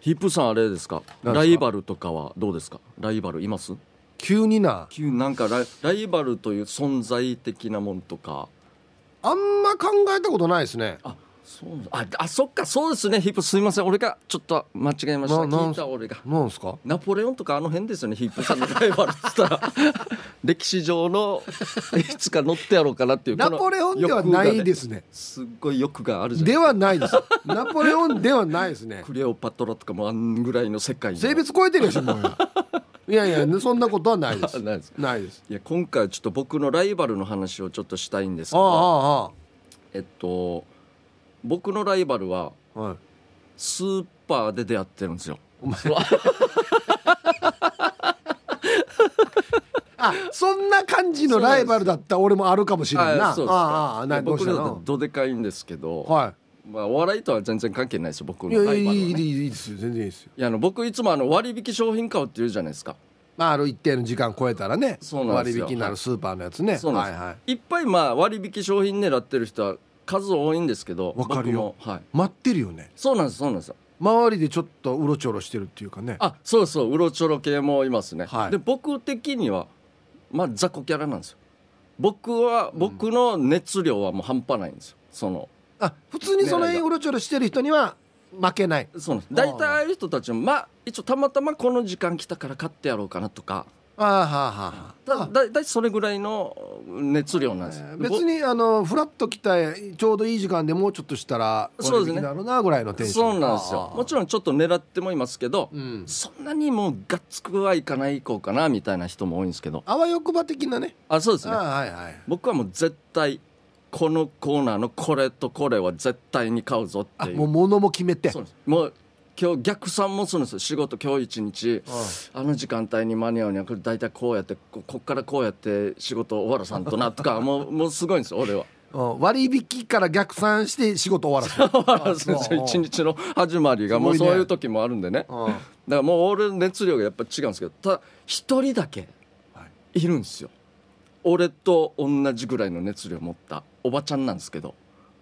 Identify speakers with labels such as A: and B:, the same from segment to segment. A: ヒップさんあれですか
B: 何ですか
A: ライバルとかはどうですかライバルいます
B: 急にな
A: 急になんかライライバルという存在的なもんとか
B: あんま考えたことないですね
A: あそうなんああそっかそうですねヒップすいません俺がちょっと間違えました
B: ななん
A: 聞いた俺が
B: なんすか
A: ナポレオンとかあの辺ですよねヒップさんの ライバルっつった ら歴史上のいつか乗ってやろうかなっていう
B: ナポレオンではないですね
A: すっごい欲があるじゃん
B: ではないですナポレオンではないですね
A: クレオパトラとかもあんぐらいの世界の
B: 性別超えてるでしょもういやいやそんなことはないで す
A: ないです
B: ないです
A: いや今回ちょっと僕のライバルの話をちょっとしたいんです
B: あ
A: が
B: ああ
A: えっと僕のライバルは
B: あはい
A: スーパーで出会ってるんですよ
B: お前あそんな感じのライバルだった俺もあるかもしれんな
A: あそうですか
B: ああああなどう
A: 僕
B: し
A: の
B: た
A: だと
B: の
A: どでかいんですけど、
B: は
A: まあ、お笑いとは全然関係ないですよ僕
B: いいや
A: の
B: い
A: ラ
B: や
A: イ
B: い
A: バルは、ね、い
B: いいいいいですよ全然いいですよ
A: やあの僕いつもあの割引商品買うって言うじゃないですか
B: まあある一定の時間超えたらね
A: そうなんですよ
B: 割引になるスーパーのやつね
A: そうなん
B: は
A: で
B: い
A: す、、
B: はい
A: っぱいまあ割引商品狙ってる人は数多いんですけど
B: わかるよ
A: 僕もはい
B: い待ってるよね
A: そうなんですそうなんですよ
B: 周りでちょっとうろちょろしてるっていうかね
A: あそうそううろちょろ系もいますね、
B: はい
A: で僕的にはまあ雑魚キャラなんですよ僕は僕の熱量はもう半端ないんですよその
B: あ普通にその辺うろちょろしてる人には負けない
A: そうなんです
B: あー
A: 大体ああいう人たちもまあ一応たまたまこの時間来たから買ってやろうかなとか
B: あーはあはあは
A: だ
B: あ
A: だいたいそれぐらいの熱量なんですよ、
B: 別にあのフラッと来たちょうどいい時間でもうちょっとしたら
A: そうですね
B: 割引なるなぐらいのテンション
A: そうなんですよもちろんちょっと狙ってもいますけど、
B: ろん、うん、
A: そんなにもうがっつくはいかない子かなみたいな人も多いんですけど
B: あわよくば的なね
A: あそうです
B: あ
A: ね
B: あはいはい
A: 僕はもう絶対このコーナーのこれとこれは絶対に買うぞっ
B: あ
A: ていう
B: もう物も決めて
A: そうなんですもう今日逆算もするんですよ仕事今日一日あの時間帯に間に合うにはこれ大体こうやってここっからこうやって仕事終わらさんとなとかもうも うすごいんですよ俺は
B: うん割引から逆算して仕事終わらせ
A: 終
B: る
A: わらすんですよ
B: あ
A: 一
B: そう
A: 日の始まりがもう
B: すごい
A: そ
B: ね
A: ういう時もあるんでねだ
B: うん
A: からもう俺の熱量がやっぱ違うんですけどただ一人だけいるんですよ俺と同じぐらいの熱量を持ったおばちゃんなんですけど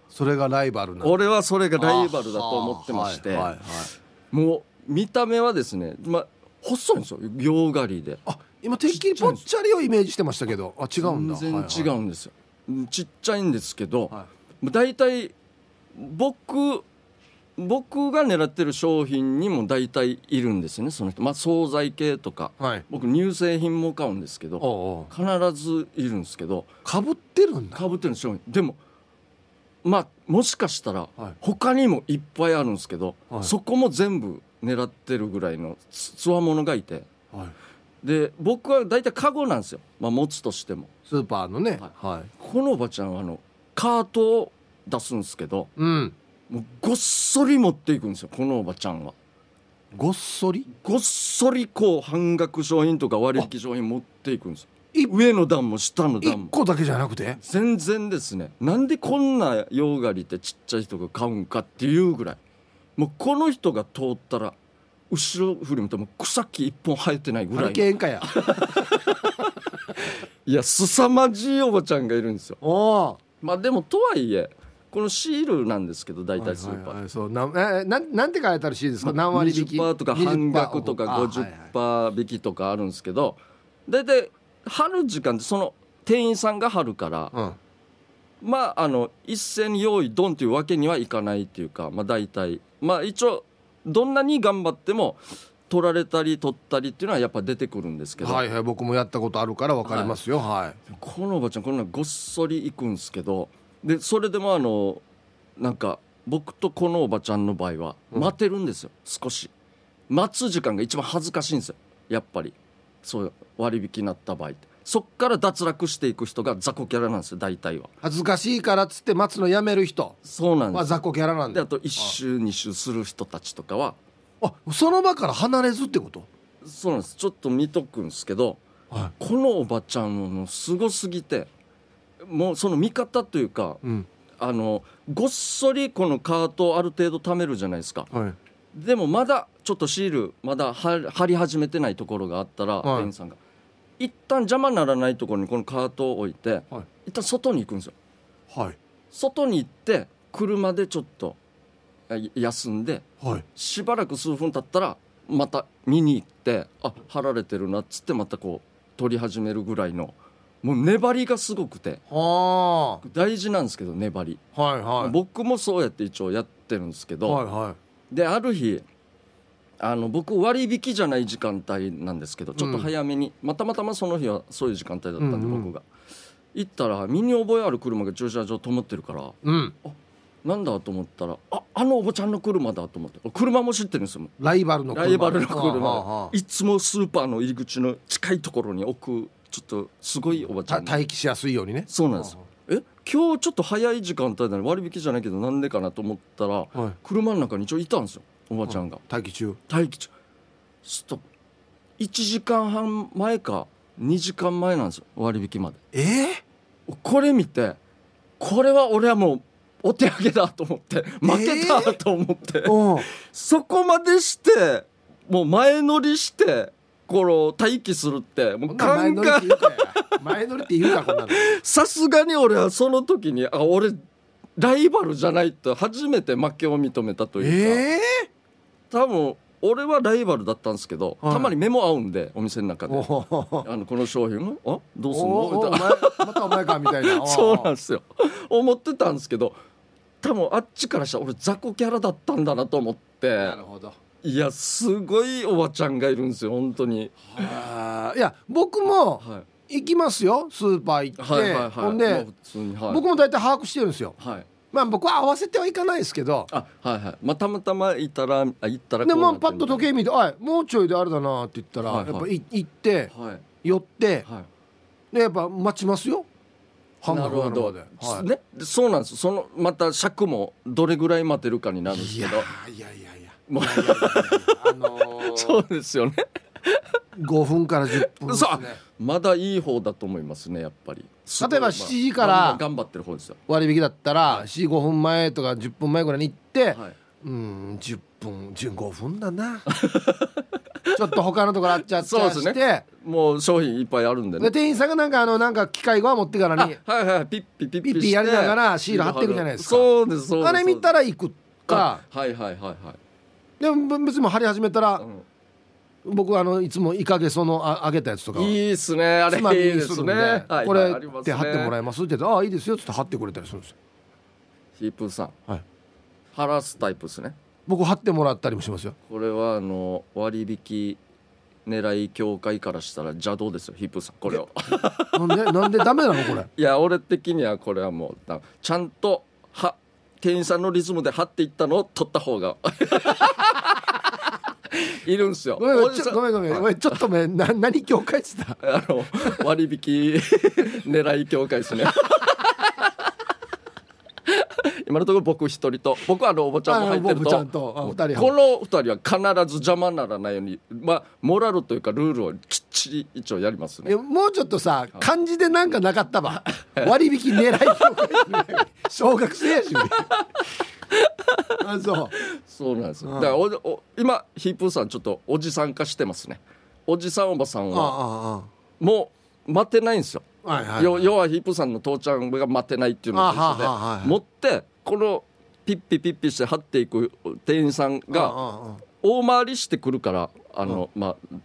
B: それがライバルな
A: 俺はそれがライバルだと思ってまして
B: あはいはいはい
A: もう見た目はですね、まあ、細いんですよ洋刈りで
B: あ今てっきりぽっちゃりをイメージしてましたけどあ違うんだ
A: 全然違
B: う、
A: うんですよ、うんちっちゃいんですけど、
B: は
A: もう大体僕僕が狙ってる商品にも大体いるんですよねその人まあ惣菜系とか
B: いはいはい、
A: 僕乳製品も買うんですけ
B: お
A: ど
B: うおう
A: 必ずいるんですけど
B: かぶってるんだ
A: かぶってる商品でもまあもしかしたら
B: はい
A: 他にもいっぱいあるんですけど、
B: はい
A: そこも全部狙ってるぐらいのつつわものがいて
B: はい
A: で僕は大体カゴなんですよ、まあ、持つとしても
B: スーパーのね
A: は
B: はい
A: このおばちゃんはあのカートを出すんですけど
B: うん
A: もうごっそり持っていくんですよこのおばちゃんは
B: ごっそり
A: ごっそりこう半額商品とか割引商品持っていくんですよ
B: い
A: 上の段も下の段
B: 1
A: も
B: 個だけじゃなくて
A: 全然ですねなんでこんな洋刈りってちっちゃい人が買うんかっていうぐらいもうこの人が通ったら後ろ振り向てもう草木一本生えてないぐ
B: ハ
A: ら
B: リ
A: い
B: ケーンかや
A: いや凄まじいおばちゃんがいるんですよ
B: お お
A: まあでもとはいえこのシールなんですけど大体スーパーって
B: そうなんえなんなんて書いてあるしいですか何割引き
A: 20%とか半額とか
B: 20%
A: 50%引きとかあるんですけど大体貼る時間ってその店員さんが貼るから
B: あはいはい
A: まああの一斉に用意ドンっていうわけにはいかないっていうかまあ大体まあ一応どんなに頑張っても取られたり取ったりっていうのはやっぱ出てくるんですけ
B: うん
A: ど、
B: はいはい僕もやったことあるからわかりますよはい、
A: このおばちゃんこんなごっそり行くんですけどでそれでもあのなんか僕とこのおばちゃんの場合は
B: うん
A: 待てるんですよ、少し待つ時間が一番恥ずかしいんですよやっぱりそういう割引になった場合ってそっから脱落していく人が雑魚キャラなんですよ大体は
B: 恥ずかしいからっつって待つのやめる人
A: そうなんで
B: は
A: す
B: 雑魚キャラなん
A: で
B: だ
A: あと1周2周する人たちとかは
B: あその場から離れずってこと
A: そうなんですちょっと見とくんですけど
B: は
A: このおばちゃんももうすごすぎてもうその見方というか
B: いうん
A: あのごっそりこのカートをある程度貯めるじゃないですか
B: はい
A: でもまだちょっとシールまだ貼貼り始めてないところがあったら、
B: はい
A: 店員さんが一旦邪魔にならないところにこのカートを置いて、
B: はい
A: 一旦外に行くんですよ
B: はい
A: 外に行って車でちょっとい休んで
B: はい
A: しばらく数分経ったらまた見に行ってあ貼られてるなっつってまたこう撮り始めるぐらいのもう粘りがすごくて
B: は
A: 大事なんですけど粘り、
B: あはいはい
A: 僕もそうやって一応やってるんですけど、
B: はいは
A: である日あの僕割引じゃない時間帯なんですけどちょっと早めに、またまたまその日はそういう時間帯だったんで、
B: うんうん
A: 僕が行ったら身に覚えある車が駐車場止まってるから
B: いうん
A: なんだと思ったらああのおばちゃんの車だと思って車も知ってるんですよ
C: ライバルの車
A: ライバルの
B: はあはあ
A: 車
B: はあ
A: いつもスーパーの入り口の近いところに置くちょっとすごいおばちゃ
B: た
A: ん
B: 待機しやすいようにね
A: そうなんですよえ今日ちょっと早い時間帯なの割引じゃないけどなんでかなと思ったら
B: はい
A: 車の中に一応いたんですよおばちゃんが。
B: 待機中
A: 待機中ちょっと1時間半前か2時間前なんですよ割引まで
B: ええ
A: これ見てこれは俺はもうお手上げだと思って負けたと思って、
B: うんは
A: そこまでしてもう前乗りしてこの待機するっても
C: こ
A: うん
C: なん
A: カ
C: 前
A: ン
C: 乗り
A: カン
C: って言うかや前乗りって言うかこんなの
A: さすがに俺はその時にあ俺ライバルじゃないと初めて負けを認めたというか、
B: ええ
A: 多分俺はライバルだったんですけど、
B: はい
A: たまにメモ合うんでお店の中で
B: おお
A: あのこの商品んあどうすん
B: お
A: の
B: お
A: み
B: 前またお前か みたい
A: たい
B: な
A: なそうなんで
B: ん
A: すよ思ってたんですけど多分あっちからしたら俺雑魚キャラだったんだなと思って
B: なるほど
A: いやすごいおばちゃんがいるんですよ本当に、
B: あーいや僕も
A: は
B: 行きますよスーパー
A: い、
B: 行っ
A: はいはい
B: て、
A: はい
B: ほん
A: まあ
B: で
A: 普、通にはい
B: 僕も大体把握してるんですよ
A: はい
B: まあ僕は合わせてはいかないですけど
A: あはいはいまあたまたまいたらあ行ったら
B: で
A: こうなっ
B: まあ
A: て
B: パッと時計見て「あいもうちょいであれだな」って言ったら、
A: はいはい
B: やっぱい行って
A: はい
B: 寄って
A: はい
B: でやっぱ待ちますよ半額になるまで、はい
A: ねでそうなんですそのまた尺もどれぐらい待てるかになるんです
B: い
A: け
B: や
A: ど
B: ーいやいやいや
A: もう
B: いやいやいやあの ー
A: そうですよね
B: 5分から10分です
A: そう
B: ね
A: まだいい方だと思いますねやっぱりすごい
B: 例え
A: ま
B: ば
A: あ
B: 7時から
A: 頑張ってる方ですよ
B: 割引だったら45分前とか10分前ぐらいに行って、
A: はい、
B: うん10分15分だな ちょっと他のところあっちゃっちゃ
A: そう
B: して
A: ですもう商品いっぱいあるんで
B: で
A: ね
B: 店員さんがなんかあのなんか機械側持ってからに
A: あはいはいピッピピッピ
B: ピッピやりながらシール貼っていくじゃないですか
A: そうですそうです
B: あれ見たら行くか
A: あはいはいはいはい、
B: でも別にもう貼り始めたら
A: う
B: 僕あのいつもイカゲソのあ揚げたやつとか
A: んいいですねあれ
B: つまみ
A: いい
B: に
A: です
B: る
A: す
B: ん
A: ね
B: で
A: はい
B: これ
A: はいありま
B: っ
A: す
B: て
A: ね
B: 貼ってもらえますって言って「ああいいですよ」っつって貼ってくれたりするんですよ
A: ヒープーさん、
B: はい
A: ハラスタイプですね
B: 僕貼ってもらったりもしますよ
A: これはあの割引狙い協会からしたら邪道ですよヒープーさんこれを
B: なんでなんでダメなのこれ
A: いや俺的にはこれはもうだちゃんとは店員さんのリズムで張っていったのを取った 方がいるんですよ。
B: ごめんご
A: お
B: めん
A: じ
B: ち
A: さ
B: ょごめんごめんごめんちょっとごめんな何教会っつった
A: あの割引 狙い協会ですね。 今のところ僕一人と僕はあのおばちゃんも入ってる
B: あおばちゃ
A: と
B: んとあ
A: もう
B: 二人
A: この二人は必ず邪魔にならないようにまあモラルというかルールをきっちり一応やります
B: い
A: ね。
B: やもうちょっとさ漢字でなんかなかったわ割引狙い教会小学生やし俺あそう
A: そうなんですよ。だからおお今ヒープーさんちょっとおじさん化してますね。おじさんおばさんは
B: あ
A: もう待てないんですよ、
B: あああはいはい
A: よ要はヒップさんの父ちゃんが待てないっていうのと一緒で
B: あはははい
A: 持ってこのピッピピッピして張っていく店員さん
B: うん
A: が
B: うんうん
A: 大回りしてくるからあの、まあ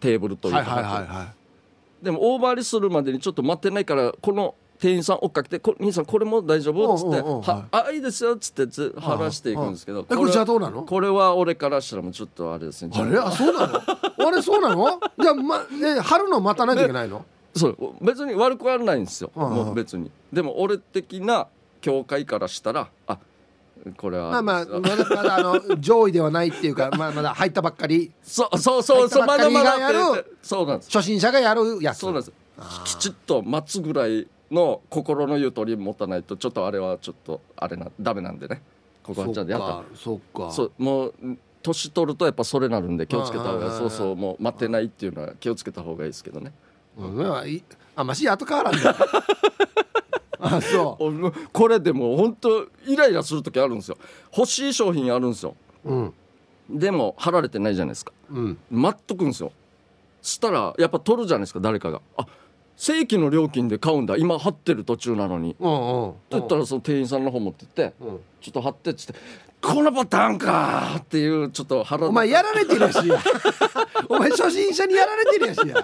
A: テーブルというか、
B: はいはいはいはい
A: でも大回りするまでにちょっと待てないからこの店員さん追っかけて「こ兄さんこれも大丈夫?」っつって「
B: うんうんうん
A: はあいいですよ」っつってず
B: はい
A: 話していくんですけど、
B: えこれ邪道なの
A: これは俺からしたらもうちょっとあれですね
B: あれあそうなのあれそうなのじゃあ、ま、ね春の待たないといけないの
A: そう別に悪くはないんですよ、
B: うんうん
A: もう別にでも俺的な教会からしたらあこれは
B: まあまあまだまだあの上位ではないっ ていうかまあまだ入ったばっかり
A: そうそうそうそう
B: 入
A: ま
B: ったば
A: だま
B: っかり
A: だ
B: がや
A: っ
B: る
A: て言ってそうなんです
B: 初心者がやるやつ
A: そうなんです
B: あー
A: きちっと待つぐらいの心のゆとり持たないとちょっとあれはちょっとあれなダメなんでねここはちゃんとやった
B: そっか
A: そうもうん年取るとやっぱそれなるんで気をつけた方
B: うんうんうんう
A: が
B: ん
A: そうそうもう待てないっていうのは気をつけた方がいいですけどね
B: うんまあいあまし後変わ らんだあそ
A: 俺もこれでも本当イライラする時あるんですよ欲しい商品あるんですよ
B: ううん
A: でも貼られてないじゃないですか
B: うん
A: 待っとくんですよしたらやっぱ取るじゃないですか誰かがあ正規の料金で買うんだ今貼ってる途中なのに
B: うんうん
A: と言ったらその店員さんの方持ってって
B: うん
A: ちょっと貼ってっつって「このパターンか!」っていうちょっと腹
B: お前やられてるや しやお前初心者にやられてるやしや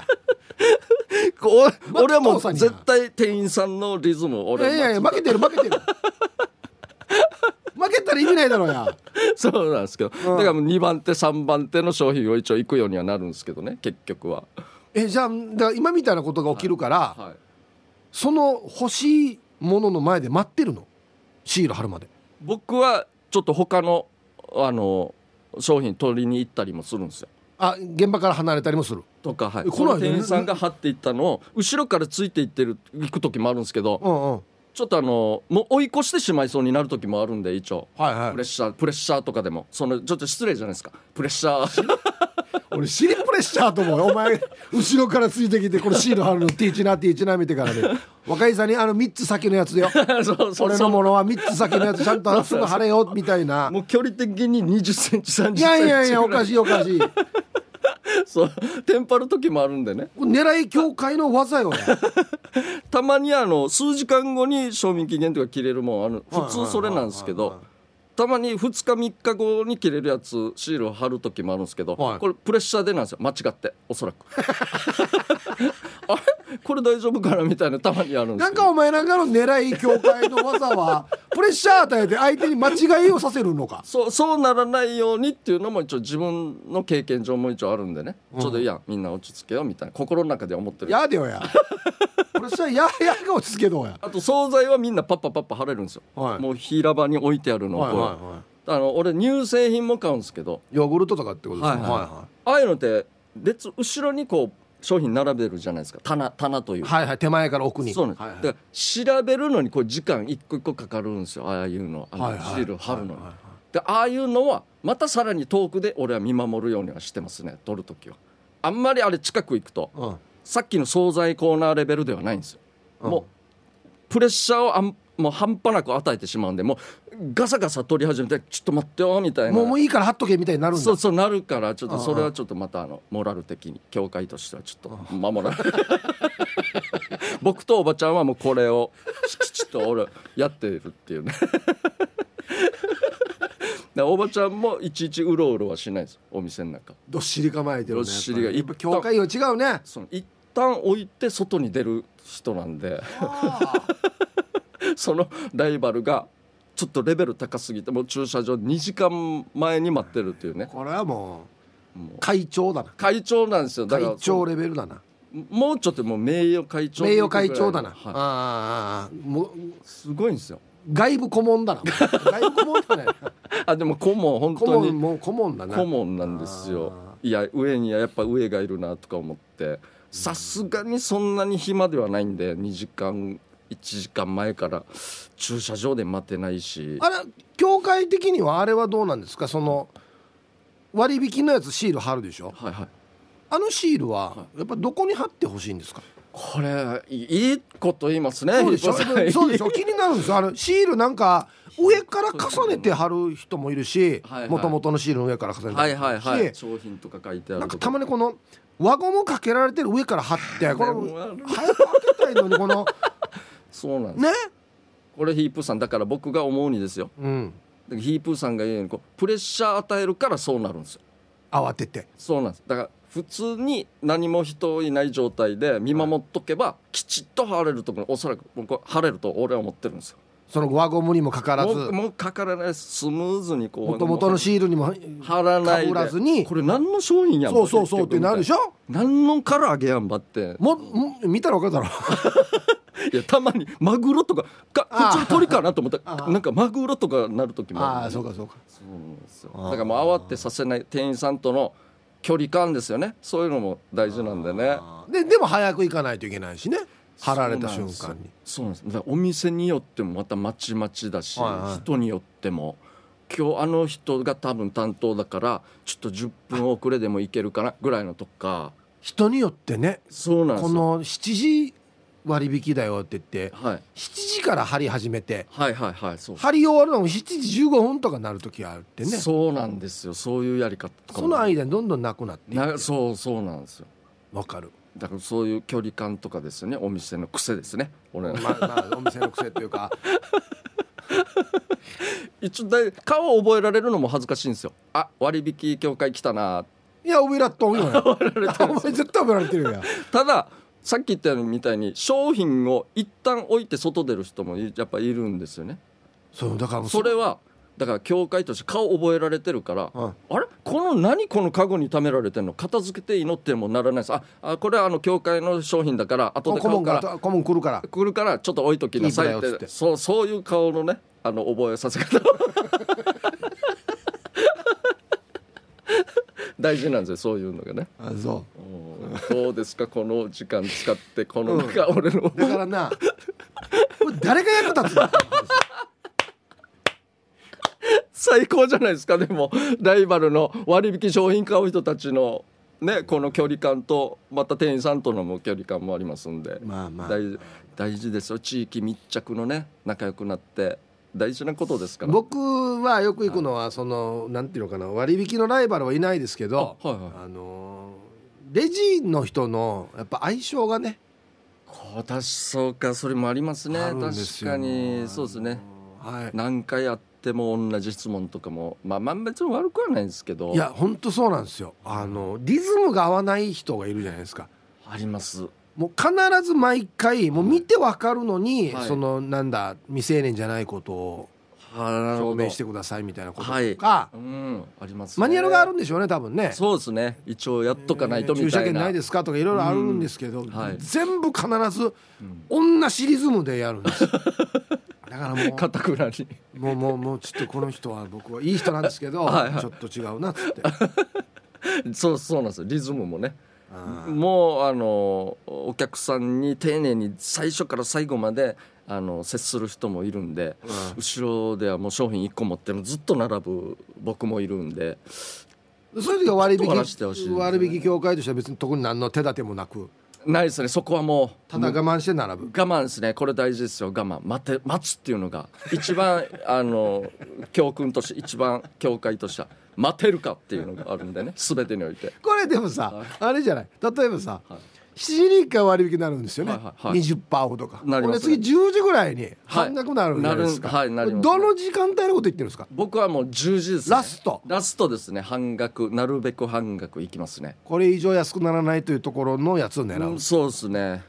A: こう
B: 負け
A: 俺はも
B: 父さん
A: う
B: にや
A: 絶対店員さんのリズムを
B: いや
A: 俺
B: いやいや負けてる負けてる負けたら意味ないだろうや
A: そうなんですけど、
B: ん
A: だからもう2番手3番手の商品を一応行くようにはなるんですけどね結局は、
B: えじゃあだから今みたいなことが起きるから、
A: はい、
B: その欲しいものの前で待ってるのシール貼るまで
A: 僕はちょっと他のあの商品取りに行ったりもするんですよ
B: あ現場から離れたりもする
A: とか、はい、
B: え
A: こ
B: 来ない
A: の
B: で
A: 店員さんが貼っていったのを後ろからついていってる行く時もあるんですけど
B: うんうん
A: ちょっとあのもう追い越してしまいそうになる時もあるんで一応
B: はいは
A: プレッシャープレッシャーとかでもそのちょっと失礼じゃないですかプレッシャ ー
B: 俺シリプレッシャーと思うよお前後ろからついてきてこれシール貼るのティーチなティーチな見てからね若いさんにあの3つ先のやつ だよ
A: そうそう
B: 俺
A: そ
B: の
A: う
B: ものは3つ先のやつちゃんとすぐ貼れよみたいな
A: もう距離的に2 0センチ3 0セン
B: い
A: チ
B: やいやいやおかし
A: い
B: いおかしいこ
A: そうテンパる時もあるんでね
B: れ狙い境界の技よね
A: たまにあの数時間後に賞味期限とか切れるもんあの普通それなんですけ
B: はいは
A: どたまに2日3日後に切れるやつシールを貼る時もあるんですけど、
B: はい
A: これプレッシャーでなんですよ間違っておそらく あれこれ大丈夫かなみたいなたまにあるんで
B: な
A: す
B: ん
A: けど
B: かお前なんかの狙い境界の技はプレッシャー与えて相手に間違いをさせるのか
A: そうそうならないようにっていうのも一応自分の経験上も一応あるんでね、ちょっといやみんな落ち着けよみたいな心の中では思ってる
B: やで よやプレッシャーややが落ち着けどや
A: あと惣菜はみんなパッパパッパ貼れるんですよ、
B: はい
A: もう平場に置いてあるのをこう、
B: は
A: あの俺乳製品も買うんですけど
B: いヨーグルトとかってことですね
A: はいはいああいうのって列後ろにこう商品並べるじゃないですか棚棚というか、
B: はいはい手前から奥に
A: そうなんです、
B: はいはい
A: だから調べるのにこう時間一個一個かかるんですよああいうのあの
B: はいはい
A: シール貼るのに、
B: はいはい
A: でああいうのはまたさらに遠くで俺は見守るようにはしてますね撮るときはあんまりあれ近く行くと
B: うん
A: さっきの惣菜コーナーレベルではないんですよ、
B: うん
A: もうプレッシャーをあんもう半端なく与えてしまうんでもうガサガサ撮り始めてちょっと待ってよみたいな
B: もうもういいから貼っとけみたいになるん
A: そ
B: だ
A: うそうなるからちょっとそれはちょっとまたあのモラル的に教会としてはちょっと守らない 僕とおばちゃんはもうこれをきちっと俺やってるっていうね でおばちゃんもいちいちうろうろはしないですお店の中
B: どっしり構えてるね
A: どっしりが
B: やっぱ境界は違うね
A: その一旦置いて外に出る人なんで そのライバルがちょっとレベル高すぎてもう駐車場2時間前に待ってるっていうね
B: これはも
A: も
B: う
A: う
B: 会長だな
A: 会長なんですよだから
B: 会長レベルだな
A: もうちょっともう名誉会長
B: 名誉会長だなあ
A: はい
B: ああああもう
A: すごいん ですよ
B: 外部顧問だな外部顧問だ ね
A: あでも顧問本
B: 顧
A: 当
B: 問
A: に
B: もう顧問だな
A: 顧問なんですよ
B: あ
A: いや上にはやっぱ上がいるなとか思ってさすがにそんなに暇ではないんで2時間1時間前から駐車場で待てないし
B: あれ教会的にはあれはどうなんですかその割引のやつシール貼るでしょ
A: はいはい
B: あのシールはやっぱどこに貼ってほしいんですか
A: これいいこと言いますね
B: そうでしょ
A: ヒップさん
B: そうでしょ気になるんですよあ のシールなんか上から重ねて貼る人もいるし
A: はいはい
B: もともとのシールの上から重ねて貼
A: は
B: る
A: い
B: 人も
A: はい
B: るし
A: はい商品とか書いてある
B: なん
A: と
B: か
A: か
B: たまにこの輪ゴムかけられてる上から貼ってこ
A: もうあ
B: の
A: る
B: 早く開けたいのにこの
A: そうなんです
B: ね
A: これヒープーさんだから僕が思うにですよ
B: うん
A: でヒープーさんが言うようにこうプレッシャー与えるからそうなるんですよ
B: 慌てて
A: そうなんですだから普通に何も人いない状態で見守っとけば、きちっと晴れるところおそらく僕は晴れると俺は思ってるんですよ
B: その輪ゴムにもかから
A: も
B: ず
A: うもうかからないですスムーズにこう
B: もともとのシールにも
A: 貼らないで
B: 被らずに
A: これ何の商品やん
B: そうそうそうってなるでし
A: ょ
B: ょ
A: 何の唐揚げやんばって
B: もも見たら分かる だろ
A: いやたまにマグロとかか
B: あー
A: 普通鳥かなと思った
B: あ
A: ら
B: ー
A: なんかマグロとかなる時も
B: あ
A: る
B: あそうかそうか
A: そうなんですよ
B: あ
A: だ
B: ー
A: からもう慌てさせない店員さんとの距離感ですよねそういうのも大事なんでね
B: ででも早く行かないといけないしね貼られた瞬
A: そうな
B: 間
A: んで
B: に
A: すよそうなんですだからお店によってもまたまちまちだし、
B: はいはい
A: 人によっても今日あの人が多分担当だからちょっと10分遅れでもいけるかなぐらいのとか
B: 人によってね
A: そうなんで
B: こ
A: すよ
B: の7時割引だよって言って
A: はい、
B: 7時から貼り始めて
A: はいはいはいそう
B: 貼り終わるのも7時15分とかなる時あるってねそ
A: そうなんですよそういうやり方とかも
B: の間にどんどんなくなってい
A: な
B: く
A: そうそうなんですよ
B: わかる
A: だからそういう距離感とかですよねお店の癖ですね俺の
B: まあまあお店の癖っていうか
A: 一応だい顔を覚えられるのも恥ずかしいんですよあ割引協会来たない
B: や覚えらっとんよ
A: 覚えられてるんです
B: お前絶対覚えられてるよ
A: たださっき言ったみたいに商品を一旦置いて外出る人もいやっぱいるんですよね
B: そうだから
A: それはだから教会として顔覚えられてるから、
B: うん
A: あれこの何このカゴに貯められてんの片付けていいのってもならないですああこれはあの教会の商品だから後で
B: 顧
A: 買う
B: 問
A: か
B: が
A: ら
B: 顧問来るから
A: 来るからちょっと置いときなさい
B: いい
A: っ
B: 子
A: て
B: だよっつって
A: そうそういう顔のねあの覚えさせ方 大事なんですよそういうのがね
B: あそ
A: うんどうですかこの時間使ってこの中、俺の
B: うだからなこれ誰が役 立つの
A: 最高じゃないですかでもライバルの割引商品買う人たちのねこの距離感とまた店員さんとのも距離感もありますんで、
B: まあまあ
A: 大事大事ですよ地域密着のね仲良くなって大事なことですから
B: 僕はよく行くのはそのなんていうのかな割引のライバルはいないですけど
A: あはいはい
B: あのーレジの人のやっぱ相性がね
A: こう確そうかそれもありますね
B: あるん
A: 確
B: ですよ
A: かにそうですね
B: はい
A: 何回やっても同じ質問とかもまあまあ別に悪くはないんですけど
B: いや本当そうなんですよあのリズムが合わない人がいるじゃないですか
A: あります
B: もう必ず毎回もう見てわかるのに、
A: はい
B: そのなんだ未成年じゃないことを証明してくださいみたいなこととか、
A: うんありますね
B: マニュアルがあるんでしょうね多分ね
A: そうですね一応やっとかないとみ
B: 駐
A: た
B: 車
A: い
B: 券
A: な、
B: ないですかとかいろいろあるんですけど、
A: んはい
B: 全部必ず同じリズムでやるんで すよだからもう
A: かたくなに
B: もうもうもうちょっとこの人は僕はいい人なんですけど
A: はいはい
B: ちょっと違うなっつって
A: そうそうなんですよリズムもね
B: あー
A: もうあのお客さんに丁寧に最初から最後まであの接する人もいるんで、後ろではもう商品1個持ってもずっと並ぶ僕もいるんで
B: そういう時は割
A: ちょっと話してほしいです
B: 引
A: ね
B: 割引協会としては別に特に何の手立てもなく
A: ないですねそこはもう
B: ただ我慢して並ぶ、
A: 我慢ですねこれ大事ですよ我慢待て待つっていうのが一番 あの教訓として一番教会としては待てるかっていうのがあるんでね全てにおいて
B: これでもさあれじゃない例えばさ、7時から割引になるんですよね、
A: はいはいはい
B: 20%ほどか
A: なりますね
B: これ次10時ぐらいに半額になるんじゃないですか、
A: はいなるんはいなりますね
B: どの時間帯のこと言ってるんですか
A: 僕はもう10時です、ね、
B: ラスト
A: ラストですね半額なるべく半額いきますね
B: これ以上安くならないというところのやつを狙う、
A: そうですね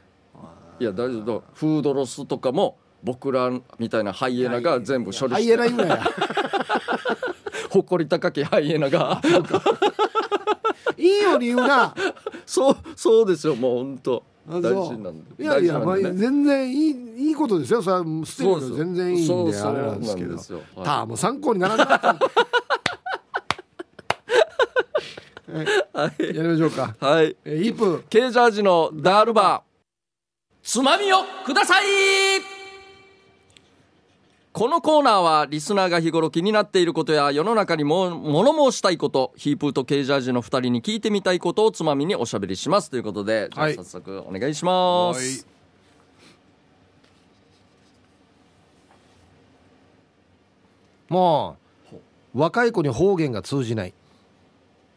A: いや大丈夫フードロスとかも僕らみたいなハイエナが全部処理
B: ハ
A: し
B: イエ
A: て
B: ナ言うな や
A: 誇り高きハイエナが
B: いいように言うな
A: そうそうですよもう本当
B: あそ
A: 大
B: う
A: 事なんで
B: いやいや、
A: 大事
B: ま
A: な
B: あ、
A: んでね
B: 全然いいいいことですよそれはステー
A: そうです
B: ジ
A: よ
B: 全然いいんで
A: そう
B: あれなんですけ
A: そう
B: ど
A: なんですよはい
B: ただもう参考にならなか ったはいやりましょうか
A: はい
B: えーイープー
A: ケージャージのダールバーつまみをくださいこのコーナーはリスナーが日頃気になっていることや世の中にも物申したいことヒープーとケージャージの2人に聞いてみたいことをつまみにおしゃべりしますということでじゃあ
B: はい
A: 早速お願いします、
B: もう若い子に方言が通じない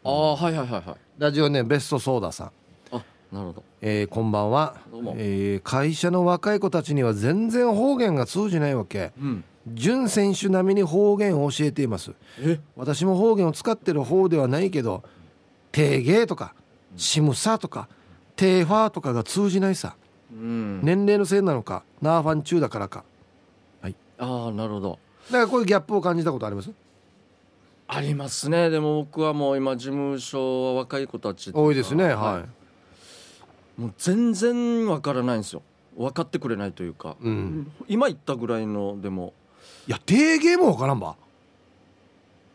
A: ああはいはいはいはい
B: ラジオネームベストソーダさん、
A: あなるほど
B: えーこんばんは
A: どうも、
B: えー会社の若い子たちには全然方言が通じないわけ
A: うん
B: 純選手並みに方言を教えています
A: え
B: 私も方言を使ってる方ではないけど「てげー」とか「しむさ」とか「てーファー」とかが通じないさ
A: うん、
B: 年齢のせいなのかナーファン中だからか
A: ああなるほど
B: なんかこういうギャップを感じたことあります
A: ありますねでも僕はもう今事務所は若い子たち
B: 多いですねはい、
A: もう全然わからないんですよ分かってくれないというか、
B: うん
A: 今言ったぐらいのでも
B: いや定芸もわからんば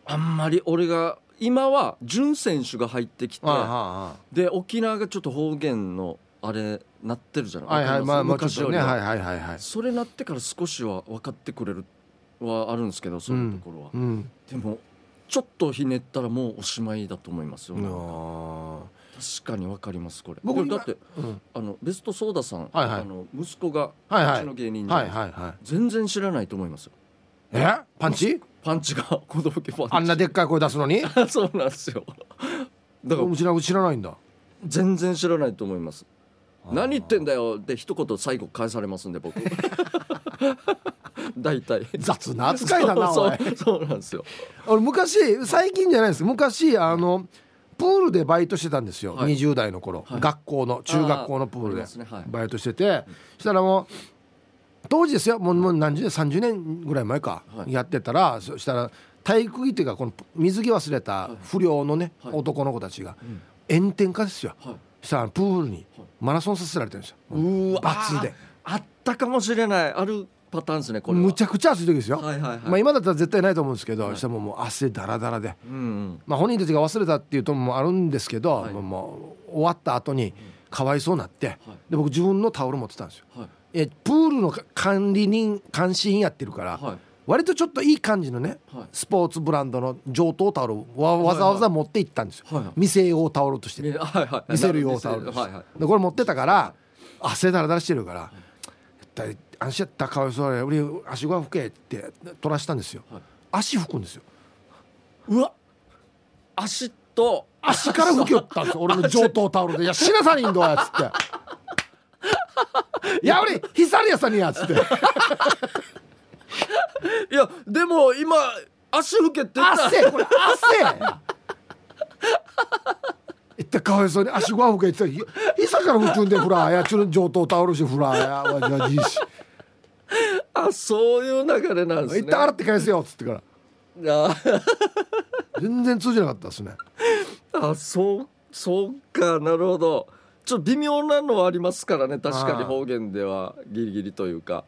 A: あんまり俺が今は潤選手が入ってきて
B: は
A: で沖縄がちょっと方言のあれなってるじゃない
B: はいはい
A: わ
B: まあ
A: かり
B: ま
A: ま
B: あちょっ
A: す昔
B: と
A: よ
B: ね
A: りは
B: はいはいはいはい
A: それなってから少しは分かってくれるはあるんですけどそうのと
B: ん
A: ころは、
B: うん
A: でもちょっとひねったらもうおしまいだと思いますよ、
B: あ
A: 確かに分かりますこれ
B: 僕
A: 僕
B: 今
A: だって
B: ーうん
A: あのベストソーダさん、
B: はいはい
A: あの息子がう
B: はいはい
A: ちの芸人じゃな
B: はいい
A: ですか
B: はいはい
A: 全然知らないと思いますよ
B: えパンチ
A: パンチが 子供系パンチ
B: あん なでっかい声出すのに
A: そうなんですよだから
B: うちら知らないんだ
A: 全然知らないと思います何言ってんだよって一言最後返されますんで 僕大体
B: 雑な扱いだな
A: そ
B: お
A: う
B: い
A: そうそうなんですよ
B: 俺昔最近じゃないです昔あのプールでバイトしてたんですよ、
A: はい
B: 20代の頃、
A: はい
B: 学校の中学校のプー
A: あーあ
B: ル
A: り
B: で
A: ますねはい
B: バイトしてて、したらもう当時ですよもうもう何十年30年ぐらい前か、
A: はい
B: やってたらそしたら体育着っていうかこの水着忘れた不良のね、
A: はい
B: 男の子たちが、
A: ん
B: 炎天下ですよ、
A: はい
B: したらプールにマラソンさせられてるんですよ、
A: うわ
B: 罰で
A: あったかもしれないあるパターンですねこれは
B: むちゃくちゃ暑い時ですよ、
A: はいはいはい
B: まあ、今だったら絶対ないと思うんですけど、したらもうもう汗だらだらで。
A: うんうん
B: まあ、本人たちが忘れたっていうともあるんですけど、
A: はい
B: もう終わった後にかわいそうになって、で僕自分のタオル持ってたんですよ。
A: はい
B: えプールのか管理人監視員やってるから、
A: はい
B: 割とちょっといい感じのね、
A: はい
B: スポーツブランドの上等タオルをわわざわざ持って行ったんですよ、
A: はいはい
B: 店用タオルとして、
A: ねはいはい
B: 見せるよタオル
A: 見
B: で
A: せるはいはい
B: これ持ってたから汗だらだらしてるから「絶対足やったらかわいそうだよ俺足が拭け」って取らしたんですよ、
A: はい
B: 足拭くんですよ
A: うわ足と
B: 足から拭きよった んですよ俺の上等タオルで「いや死なさにいんどや」っつ って「いや俺ひさりやさにや」っつって
A: いやでも今足受けっ
B: 「
A: て言ったら
B: 汗これ汗!」いったかわいそうに足ごはん拭けって言ってたら「ひさから拭くんでフラーやちゅる上等タオルしフラーやわじゃじいし」
A: あそういう流れなんで
B: 「
A: す
B: いっ
A: ね
B: た洗って返せよ」っつってから
A: あ
B: 全然通じなかったですね
A: あそうそうかなるほどちょっと微妙なのはありますからね確か
B: は
A: に
B: い
A: 方言ではギリギリというか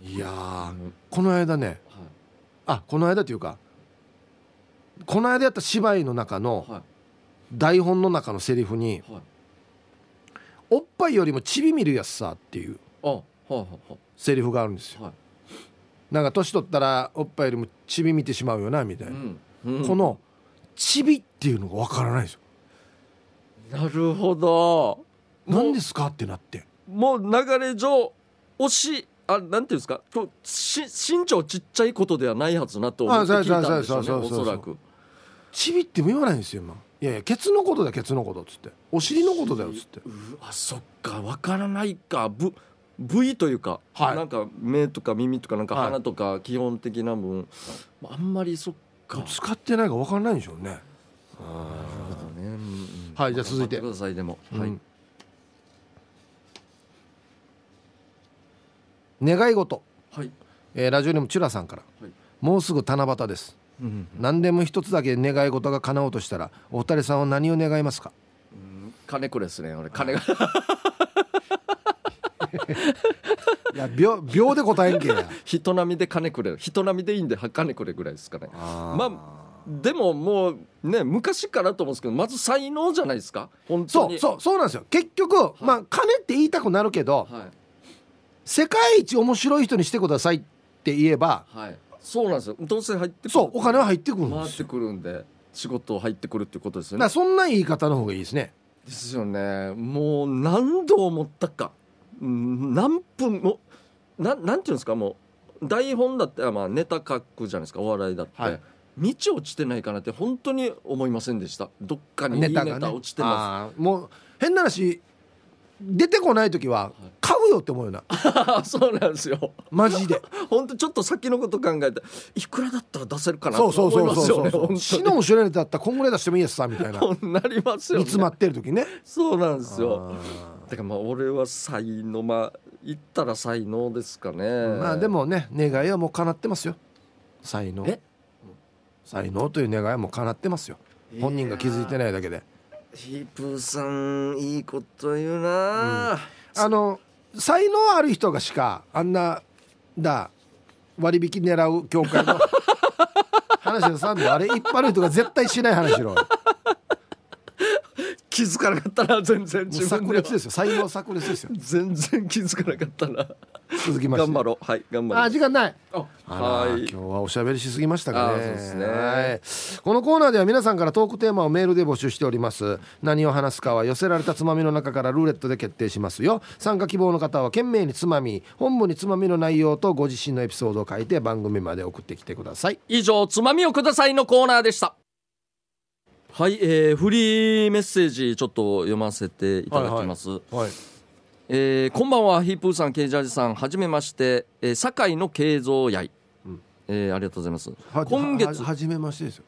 B: いやーこの間ねあこの間というかこの間やった芝居の中の
A: は
B: 台本の中のセリフに
A: いはい
B: 「おっぱいよりもチビ見るやつさ」っていう
A: あはいはい
B: セリフがあるんですよ
A: はい
B: なんか年取ったらおっぱいよりもチビ見てしまうよなみたいな、
A: うん
B: このチビっていうのがわからないんですよ
A: なるほどもう
B: 何ですかってなって
A: もう流れ上推しあなんていうんですかこうし身長ちっちゃいことではないはずなと思って聞いたんですよね
B: あそう
A: お
B: そうそうそうそう
A: そらく
B: チビっても言わないんですよ今いやいやケツのことだよケツのことっつってお尻のことだよっつって
A: うわそっかわからないかぶ部位というか、
B: はい
A: なんか目とか耳とかなんか
B: はい
A: 鼻とか基本的な分、あんまりそっか
B: 使ってないからわからないんでしょうね
A: ねうん
B: はいじゃあ続いて
A: 頑張ってくださいでも、は
B: う
A: い
B: ん願い事、
A: はい、
B: えーラジオネームチュラさんから、
A: はい
B: もうすぐ七夕です
A: うん
B: 何でも一つだけ願い事が叶おうとしたらお二人さんは何を願いますか
A: うん金子ですね俺金が
B: いや秒秒で答えんけ や
A: 人並みで金くれ人並みでいいんでは金くれぐらいですかね
B: ま
A: でももうね昔からと思うんですけどまず才能じゃないですか本当
B: そ
A: に
B: うそうそうなんですよ結局、まあ金って言いたくなるけど、
A: はい
B: 世界一面白い人にしてくださいって言えば
A: はいそうなんですよどうせ入ってくる
B: そうお金は入ってくるんで
A: 回っ
B: す
A: て
B: よ
A: くるんで仕事入ってくるってことですよ
B: だ
A: ね
B: からそんな言い方の方がいいですね
A: ですよねもう何度思ったかうん何分もななんていうんですかもう台本だってあまあネタ書くじゃないですかお笑いだって、
B: はい
A: 道落ちてないかなって本当に思いませんでしたどっかにいい
B: ネ
A: ネ
B: タがね
A: タ落ちてま
B: あーもう変な話出てこない時は買うよって思うよな
A: すあ そうなんですよ
B: マ ジで
A: 本当ちょっと先のこと考えていくらだったら出せるかなと
B: そうそう
A: 思い
B: そう
A: ますよね
B: そうそう死の面白いネタだったらこんぐらい出してもいいやつさ みたいな煮
A: 本当になりますよね
B: 詰まってる時ね
A: そうなんですよ
B: あ
A: だからまあ俺は才能まあ言ったら才能ですかね
B: ーまあでもね願いはもう叶ってますよ才能
A: え
B: 才能という願いはもう叶ってますよ本人が気づいてないだけで
A: ヒープーさんいいこと言うな、
B: あの才能ある人がしかあんなだ割引狙う協会 の話のさんであれ一般の人が絶対しない話しろも
A: 気づかなかったな全然
B: う
A: 自
B: 炸
A: 分で
B: 裂で
A: は
B: すよ才能炸裂ですよ
A: 全然気づかなかったな
B: 続きまして
A: 頑張ろうはい頑張ろう
B: あ時間ないあら
A: はい
B: 今日はおしゃべりしすぎましたか
A: あー
B: ね
A: そうですね
B: はいこのコーナーでは皆さんからトークテーマをメールで募集しております何を話すかは寄せられたつまみの中からルーレットで決定しますよ参加希望の方は懸命につまみ本部につまみの内容とご自身のエピソードを書いて番組まで送ってきてください
A: 以上「つまみをください」のコーナーでしたはい、えーフリーメッセージちょっと読ませていただきます、
B: はい
C: えーこんばんはヒープーさんケイジャージさんはじめまして、えー、堺の慶三やい、えーありがとうございます
D: は
C: 今月
D: ははじめましてですよ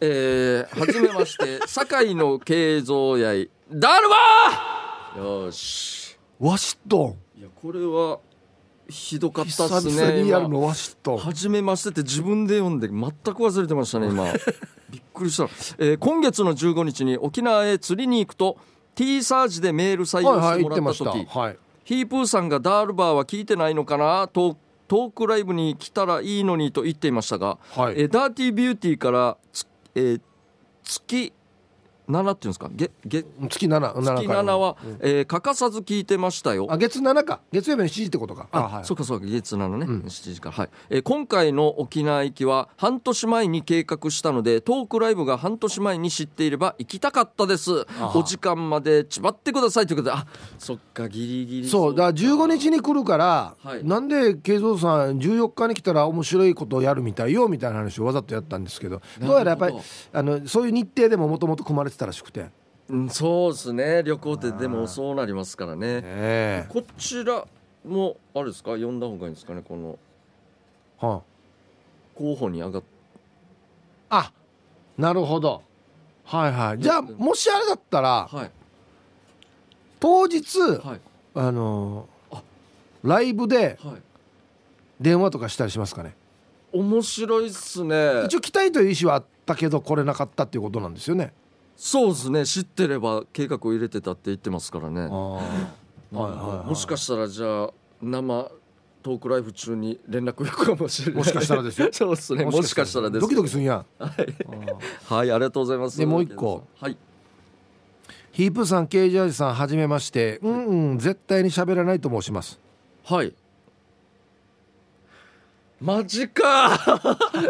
C: えー、はじめま して、堺の慶三やい、だるまよし。
D: ワシット
C: いや、これは、ひどか
D: ン
C: った
D: 久
C: っす
D: 々
C: ね。
D: にやる
C: 今
D: のワシッ トン
C: はじめましてって自分で読んで、全く忘れてましたね、 今。びっくりした。えー今月の15日に沖縄へ釣りに行くと、T サージでメール採用し
B: はいは
C: て
B: い
C: も
B: 言っ
C: ら
B: て
C: った
B: まし
C: 時、
B: たはい
C: ヒープーさんがダールバーは聞いてないのかなとトークライブに来たらいいのにと言っていましたが、
B: はい
C: えーダーティービューティーからつ、えー月7っていうんですか月月
B: 月7
C: 月
B: 7
C: 7は、えー欠かさず聞いてましたよ
B: あ。月7か月曜日の7時ってことか
C: あ
D: はい
C: そうかそうか月なのね、
B: うん
C: 7時から、はいえー今回の沖縄行きは半年前に計画したのでトークライブが半年前に知っていれば行きたかったです
D: あ
C: お時間までちばってくださいということであそっかギリギリ
B: そうだから15日に来るから、
C: はい
B: なんで慶三さん14日に来たら面白いことをやるみたいよみたいな話をわざとやったんですけど
C: なるほど
B: どうやらやっぱりあのそういう日程でももともと組まれてたらしくて、
C: うん、そうですね旅行ってでもそうなりますからね
B: え
C: こちらもあれですか呼んだ方がいいんですかねこの
B: えは
C: 候補に上がっ
B: あ、あなるほどはいはいじゃあもしあれだったら
C: はい
B: 当日、
C: はい
B: あのー
C: あ
B: ライブで
C: はい
B: 電話とかしたりしますかね
C: 面白いっすね
B: 一応来たいという意思はあったけど来れなかったっていうことなんですよね
C: そうですね知ってれば計画を入れてたって言ってますからね
B: ああはいはいはい
C: もしかしたらじゃあ生トークライブ中に連絡行くかもしれない
B: もしかしたらですよ
C: そうですねもしかしたらです
B: ドキドキするんやん
C: はいありがとうございます
B: でもう一個
C: はい
B: ヒープさん、ケージャージさん、はじめまして。うんうん、絶対に喋らないと申します。
C: はいマジ か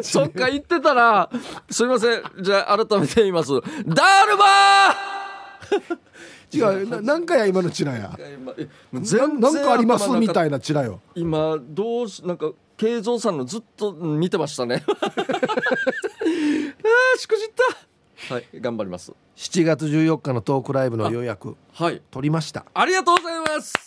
C: そっか言ってたらすいませんじゃあ改めて言いますダールバ
B: 違う、ななんかや、今のチラや。
C: ー今えもう
B: な
C: 全然
B: なんかあります
C: 頭の
B: み
C: 中
B: たいなチラよ。
C: 今どうしなんか慶三さんのずっと見てましたねああしくじったはい頑張ります
B: 7月14日のトークライブの予約、
C: はい
B: 取りました。
C: ありがとうございますさ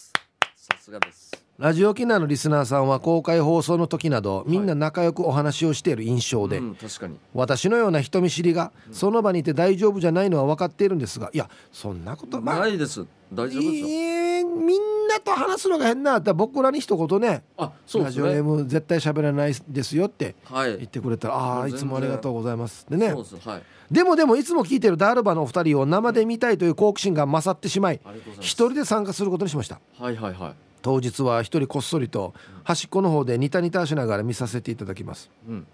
C: すがです
B: ラジオ沖縄のリスナーさんは公開放送の時など、みんな仲良くお話をしている印象で、
C: うん、確かに
B: 私のような人見知りが、その場にいて大丈夫じゃないのは分かっているんですが、いや、そんなこと、まあ、
C: ないいです大丈夫ですよ
B: えみんなと話すのが変なあったら僕らに一言ね、
C: あそうで
B: ラ
C: す
B: ジオネー
C: ね
B: ム絶対喋らないですよって。
C: はい
B: 言ってくれたら「ああーい
C: 全然
B: つもありがとうございます」でね
C: そうですはい
B: でもでもいつも聞いてるダールバのお二人を生で見たいという好奇心が勝ってしまい
C: ありがとうございます
B: 一人で参加することにしました
C: はいはいはい
B: 当日は一人こっそりと端っこの方でニタニタしながら見させていただきます
C: うん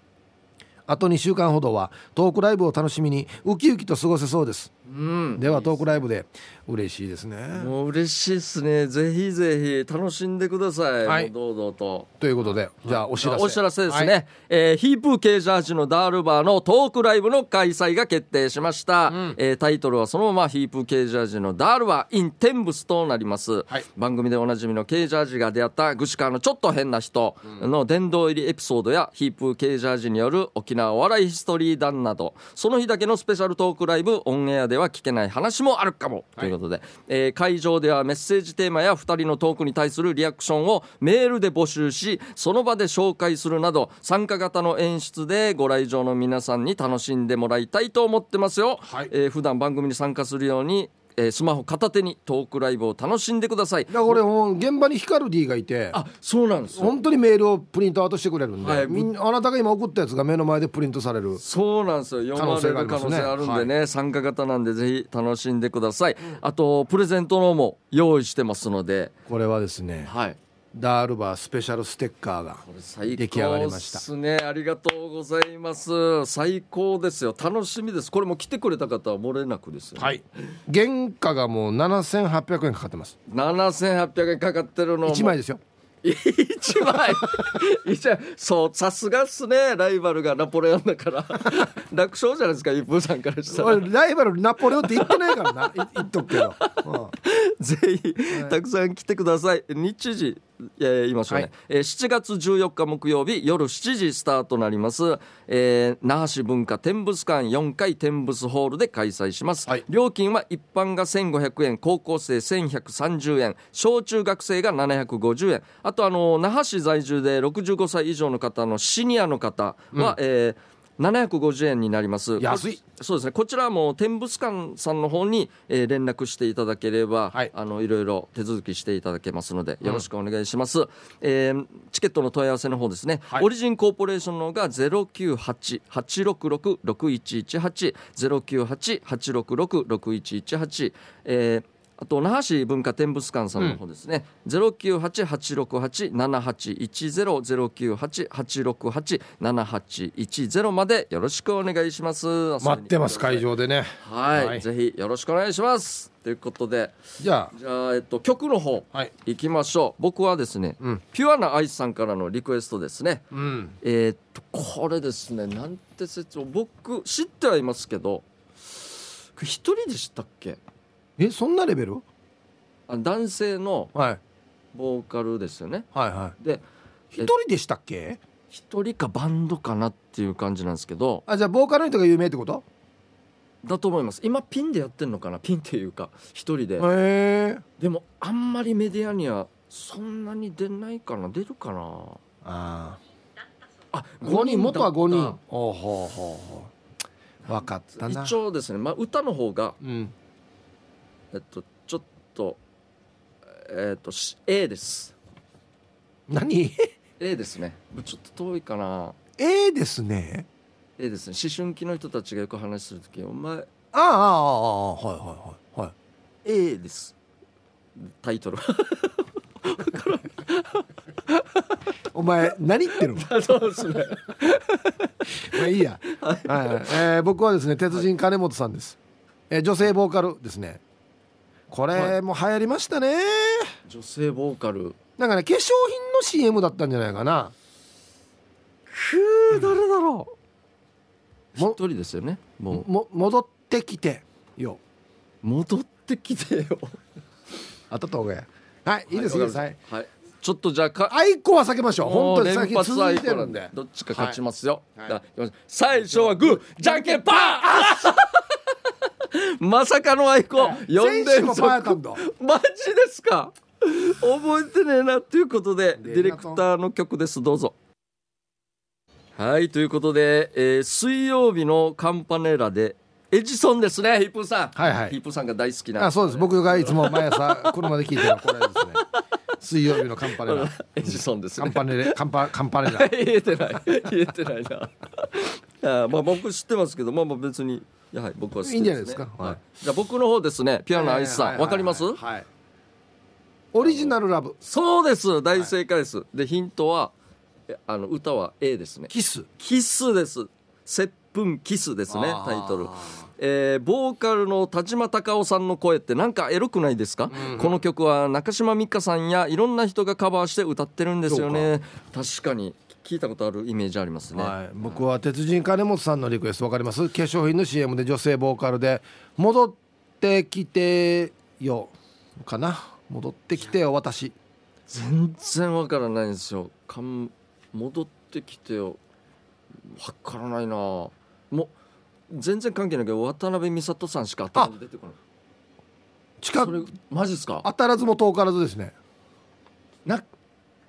B: あと2週間ほどはトークライブを楽しみにウキウキと過ごせそうです
C: うん
B: ではトークライブで嬉しいですね
C: もう嬉しいですねぜひぜひ楽しんでください、
B: はい
C: もう堂々と
B: ということでじゃあお知らせ
C: お知らせですね、
B: はい
C: えーヒープーケージャージのダールバーのトークライブの開催が決定しました、えータイトルはそのままヒープーケージャージのダールバー in テンブスとなります、
B: はい
C: 番組でおなじみのケージャージが出会ったグシカーのちょっと変な人の殿堂入りエピソードやヒープーケージャージによる沖縄お笑いヒストリー談などその日だけのスペシャルトークライブオンエアでは聞けない話もあるかもということで、えー会場ではメッセージテーマや2人のトークに対するリアクションをメールで募集しその場で紹介するなど参加型の演出でご来場の皆さんに楽しんでもらいたいと思ってますよ、
B: はい
C: えー普段番組に参加するように、えースマホ片手にトークライブを楽しんでください
B: だからこれもう現場にヒカルディがいて
C: あそうなんですよ
B: 本当にメールをプリントアウトしてくれるんで、
C: はい
B: みんあなたが今送ったやつが目の前でプリントされる
C: そうなんですよ読まれる
B: 可
C: 可能
B: 能
C: 性
B: 性
C: あ
B: あ
C: る
B: る
C: ん
B: ん
C: で
B: で
C: ね、参加型なんでぜひ楽しんでください、あとプレゼントのも用意してますので
B: これはですね
C: はい
B: ダールバースペシャルステッカーが
C: これ最
B: 出来上が
C: 高
B: り
C: で
B: ました
C: すねありがとうございます最高ですよ楽しみですこれも来てくれた方は漏れなくですよ、ね
B: い原価がもう7800円かかってます
C: 7800円かかってるのも
B: 1枚ですよ
C: 一 枚一枚そうさすがっすねライバルがナポレオンだから楽勝じゃないですか一風さんからしたら
B: 俺ライバルナポレオンって言ってない からない言っとくけど、うん
C: ぜひ、たくさん来てください。日時、
A: えー言いましょうね、
B: はい
A: えー7月14日木曜日夜7時スタートとなります、えー那覇市文化天物館4階天物ホールで開催します、
B: はい
A: 料金は一般が1500円高校生1130円小中学生が750円あとあの那覇市在住で65歳以上の方のシニアの方は、えー750円になります
B: 安い
A: そうですねこちらはもう天物館さんの方に、えー連絡していただければ、
B: はい
A: い、あのいろいろ手続きしていただけますのでよろしくお願いします、えーチケットの問い合わせの方ですね、
B: はい
A: オリジンコーポレーションの方が098-866-6118 098-866-6118えーあと那覇市文化展物館さんの方ですね、098-868-7810 098-868-7810までよろしくお願いします遊びに来ください
B: 待ってます会場でね
A: はい、
B: はい
A: ぜひよろしくお願いしますということで
B: じゃ
A: じゃあ、えっと、曲の方
B: あはい
A: いきましょう僕はですね、
B: うん
A: ピュアなアイスさんからのリクエストですね
B: うん
A: えーっとこれですねなんて説を僕知ってはいますけどこれ一人で知ったっけ
B: えそんなレベル
A: あ男性の
B: はい
A: ボーカルですよね
B: はいはい
A: で
B: 一人でしたっけ
A: 一人かバンドかなっていう感じなんですけど
B: あじゃあボーカルの人が有名ってこと
A: だと思います今ピンでやってんのかなピンっていうか一人で
B: へえ
A: でもあんまりメディアにはそんなに出ないかな出るかな
B: あ
A: あ
B: あ5人元は5
A: だっ
B: 人おうほうほうほう分かった
A: た
B: な
A: 一応ですね、まあ、歌の方が、
B: うん
A: えっと、ちょっと,、えっとし A です
B: 何
A: A ですねちょっと遠いかな
B: A ですね
A: A ですね思春期の人たちがよく話するとき「お前
B: ああああああはいはいはいはい
A: A です」タイトル
B: お前何言って る の
A: そうですね
B: まあいいや。はい、はいえー僕はですね、鉄人金本さんです。えー女性ボーカルですね。これ、
A: は
B: もう流行りましたね。
A: 女性ボーカル
B: なんかね、化粧品の CM だったんじゃないかな。
A: くー誰だろう
B: も
A: 一人ですよねもう
B: も、戻ってきて。よ。
A: 戻ってきて よ
B: あったとおがや。はい、いいです。いいです。はい。
A: はいちょっとじゃあか
B: アイコは避けましょう。
A: も
B: 本
A: う
B: 当に
A: 連
B: 最近
A: 発
B: 続
A: はいいい
B: て
A: か
B: る
A: ら
B: んで。
A: どっちか勝ちますよ、
B: はい
A: だからいきます最初はグーじゃんけんパーあまさかのアイコン4連
B: 選手も
A: 続
B: パーやったんだ。
A: マジですか覚えてねえなということでディレクターの曲ですどうぞはいということで、えー水曜日のカンパネラでエジソンですねヒップーさん
B: はいはい
A: ヒップーさんが大好きな
B: あ、そうです。僕がいつも毎朝車で聞いてるのはこれです ね。水曜日のカンパネラ。
A: エジソンです
B: カン
A: ね
B: パネレ、カンパ、カ ンパネラ。
A: 言えてない言えてないなあーまあ僕知ってますけどまあまあ別にやはり僕は好き
B: いいんじゃないですか
A: はい
B: はい
A: じゃあ僕の方ですねピアノのアイスさん
B: はいはいはい
A: わかります
B: はい。オリジナルラブ。
A: そうです大正解ですでヒントはえあの歌は A ですね
B: キス。
A: キスです接吻キスですね
B: あー
A: タイトルえーボーカルの田島貴夫さんの声ってなんかエロくないですか、この曲は中島美嘉さんやいろんな人がカバーして歌ってるんですよね確かに聞いたことあるイメージありますね、
B: はい、僕は鉄人金本さんのリクエストわかります化粧品の CM で女性ボーカルで「戻ってきてよ」かな「戻ってきてよ私
A: 全然わからないんですよかん戻ってきてよわからないなもう全然関係ないけど渡辺美里さんしか頭に出てこない」
B: 近
A: そ
B: く
A: れマジですか
B: 当たらずも遠からずですね
A: な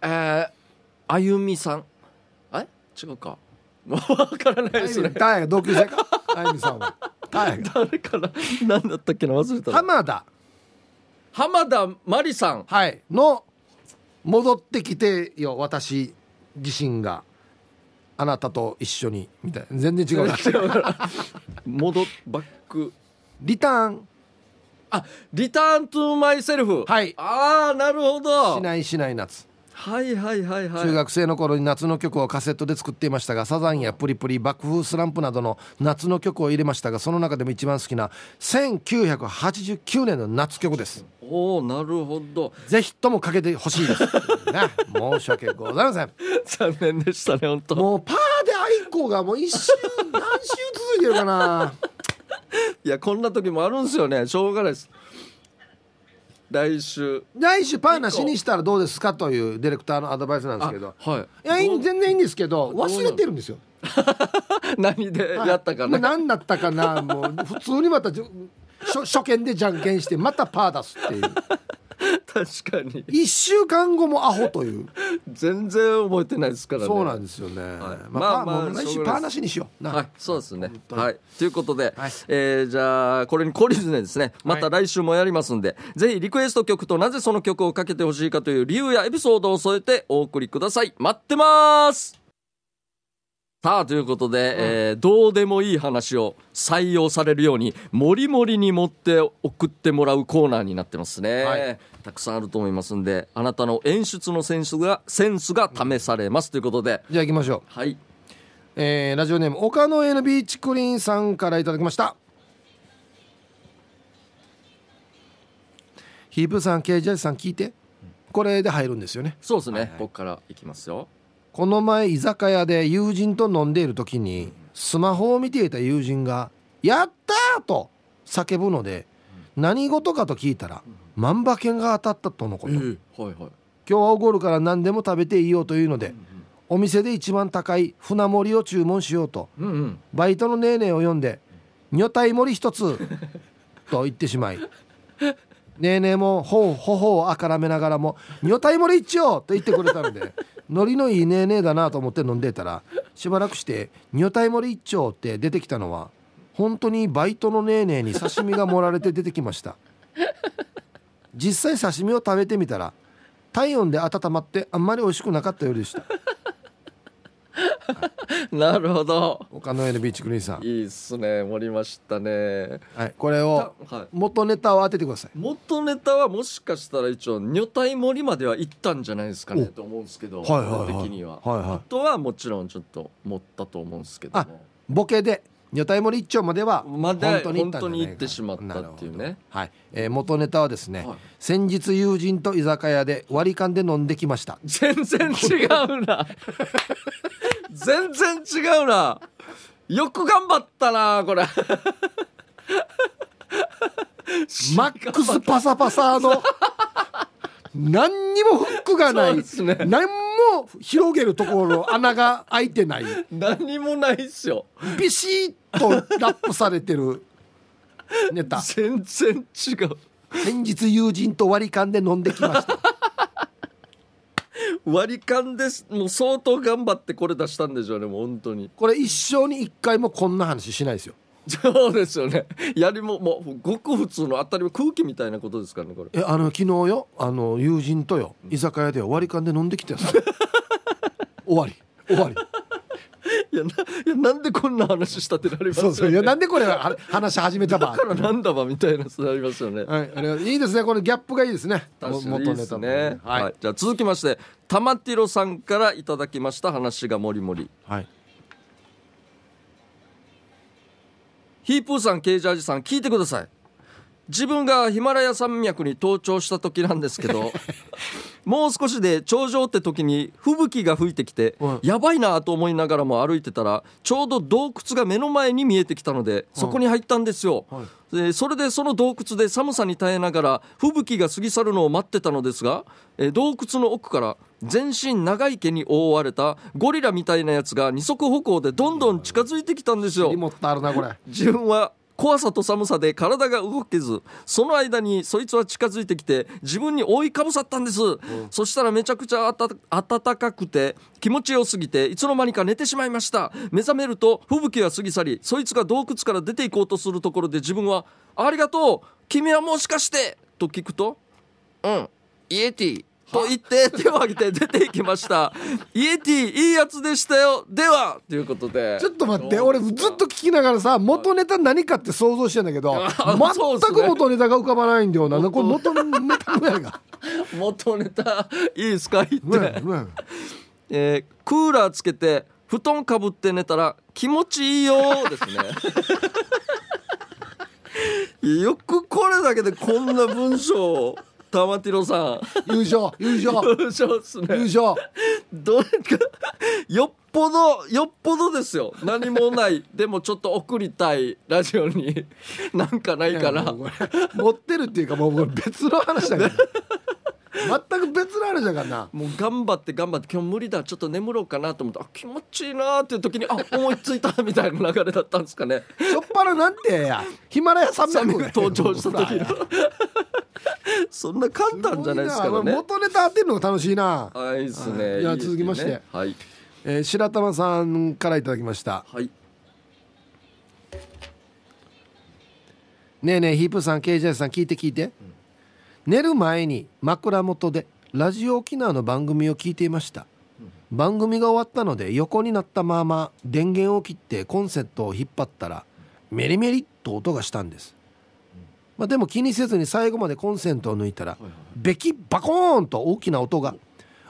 A: えー、あゆみさんえ違うか わからないですね
B: 大が同級生かあゆみさんは大が
A: 誰から何だったっけな忘れたな
B: 浜田、
A: 浜田真理さん
B: はい、の「戻ってきてよ私自身があなたと一緒に」みたいな全然違うな
A: 戻っバック
B: リターン
A: あリターントゥマイセルフ
B: はい
A: ああなるほど
B: しないしない夏
A: はいはいはいはい
B: 中学生の頃に夏の曲をカセットで作っていましたがサザンやプリプリ爆風スランプなどの夏の曲を入れましたがその中でも一番好きな1989年の夏曲です
A: おおなるほど
B: ぜひともかけてほしいですね申し訳ございません
A: 残念でしたね本当
B: もうパーでアイコがもう一週何週続いてるか ない
A: やこんな時もあるんですよねしょうがないです
C: 来週
B: 来週パンなしにしたらどうですかというディレクターのアドバイスなんですけど
C: あはい
B: いやいい全然いいんですけど
C: うなの
B: 忘れてるんですよ
C: 何でやったか
B: もう
C: な、
B: 何だったかなもう普通にまたじゅ初 初見でじゃんけんしてまたパー出す っていう
C: 確かに
B: 1週間後もアホという
C: 全然覚えてないですからね
B: そうなんですよね、ま
C: まあ
B: あ、パーもう
C: まあ
B: 来
C: しょ
B: 週
C: うが
B: パ
C: ないです
B: ーなしにしような、
C: はい、そうですね。
B: 当に
C: はい、ということで、えーじゃあこれに懲りずにですね、また来週もやりますんで、ぜひリクエスト曲となぜその曲をかけてほしいかという理由やエピソードを添えてお送りください。待ってます。さあということで、えーどうでもいい話を採用されるようにもりもりに持って送ってもらうコーナーになってますね、
B: はい
C: たくさんあると思いますんであなたの演出のセンスがセンスが試されますということで
B: じゃあ行きましょう
C: はい
B: えーラジオネーム岡野 N ビーチクリーンさんからいただきましたヒープーさん KJ さん聞いてこれで入るんですよね
C: そうですね、僕からいきますよ
B: この前居酒屋で友人と飲んでいる時にスマホを見ていた友人が「やった!」と叫ぶので何事かと聞いたら万馬券が当たったとのこと今
C: はいはい
B: 日はおごるから何でも食べていいよというのでお店で一番高い船盛りを注文しようと
C: うんうん
B: バイトのネーネーを読んで「女体盛り一つ」と言ってしまいネーネーも頬を頬をあからめながらも「女体盛り一丁!」と言ってくれたのでノリのいいネーネーだなと思って飲んでいたらしばらくして「女体盛り一丁!」って出てきたのは本当にバイトのネーネーに刺身が盛られて出てきました実際刺身を食べてみたら体温で温まってあんまり美味しくなかったようでした
C: なるほど
B: 岡野エルビーチクリーンさん、
C: いいっすね盛りましたね
B: はい、これを
C: は
B: 元ネタを当ててください
C: い元ネタはもしかしたら一応女体盛りまでは行ったんじゃないですかね
B: お
C: と思うんですけど、
B: はいはいはい
C: 僕的には、
B: はいはい
C: あとはもちろんちょっと持ったと思うんですけど
B: あ
C: も
B: ボケで女体盛り一丁までは
C: ま
B: 本
C: で
B: 当に行ったんじゃないか
C: 本当に行ってしまったっていうね
B: なるほどはい、えー元ネタはですね、
C: はい
B: 先日友人と居酒屋で割り勘で飲んできました
C: 全然違うな全然違うなよく頑張ったなこれ
B: マックスパサパサ の何にもフックがな
C: そう
B: い、
C: ですね
B: 何も広げるところ穴が開いてない
C: 何もないっすよ
B: ビシッとラップされてるネ タ
C: 全然違う
B: 先日友人と割り勘で飲んできました
C: 割り勘ですもう相当頑張ってこれ出したんでしょうねもう本当に
B: これ一生に一回もこんな話しないですよ
C: そうですよねやりももうごく普通の当たり前空気みたいなことですからねこれ
B: えあの昨日よあの友人とよ居酒屋で割り勘で飲んでき たやつ終わり終わり
C: いやないやなんでこんな話したってなりますよ
B: そ
C: ね
B: うそういやなんでこれは話し始めたば
C: だからなんだばみたいなそうなりますよね
B: はいありがとういいですねこのギャップがいいですね
C: 確か
B: も
C: にいいです
B: の
C: ねは、
B: はいい、
C: じゃあ続きまして玉ティロさんからいただきました話がもりもり
B: はい、
C: ヒープーさん、ケージャージさん、聞いてください。自分がヒマラヤ山脈に登頂した時なんです けど、もう少しで頂上って時に吹雪が吹いてきて、
B: うん
C: やばいなと思いながらも歩いてたら、ちょうど洞窟が目の前に見えてきたので、そこに入ったんですよ。
B: はい
C: でそれでその洞窟で寒さに耐えながら吹雪が過ぎ去るのを待ってたのですが、えー洞窟の奥から全身長い毛に覆われたゴリラみたいなやつが二足歩行でどんどん近づいてきたんですよ
B: リ。モットあるなこれ
C: 自分は怖さと寒さで体が動けずその間にそいつは近づいてきて自分に覆いかぶさったんです、そしたらめちゃくちゃあた暖かくて気持ちよすぎていつの間にか寝てしまいました目覚めると吹雪が過ぎ去りそいつが洞窟から出ていこうとするところで自分は「ありがとう君はもしかして!」と聞くとうん、イエティ。と言って手を挙げて出ていきました。イエティ、いいやつでしたよ。では、ということで。
B: ちょっと待って俺ずっと聞きながらさ元ネタ何かって想像してんだけど
C: あそうっす
B: 全
C: ね
B: く元ネタが浮かばないんだよなこれ元ネタぐらいが
C: 元ネタ、い いですか言
B: ぐ
C: っ
B: らい
C: て。
B: ぐらい
C: えークーラーつけて、布団かぶって寝たら、気持ちいいよーです ね。よくこれだけでこんな文章を、玉ティロさん。
B: 優勝優勝
C: 文章っすね。
B: 優勝
C: どれか、よっぽどよっぽどですよ何もないでもちょっと送りたいラジ オになんかないかな
B: もうこれ持ってるっていうかもうこれ別の話だから全く別の話だからな
C: もう頑張って頑張って今日無理だちょっと眠ろうかなと思ってあ気持ちいいなーっていう時にあ思いついたみたいな流れだったんですかね
B: しょっぱななんてやヒマラヤ
C: 三
B: 300
C: 名登場した時の そんな簡単じゃないですから
B: ごいな
C: ね
B: 元ネタ当てるのが楽しいな、
C: はいいいですね
B: いや
C: いですね
B: 続きまして
C: はい
B: えー白玉さんからいただきました
C: はい
B: ねえねえヒープさん KJ さん聞いて聞いて、寝る前に枕元でラジオ沖縄の番組を聞いていました、番組が終わったので横になったまま電源を切ってコンセントを引っ張ったらメリメリっと音がしたんです、まあ、でも気にせずに最後までコンセントを抜いたらべきバコーンと大きな音が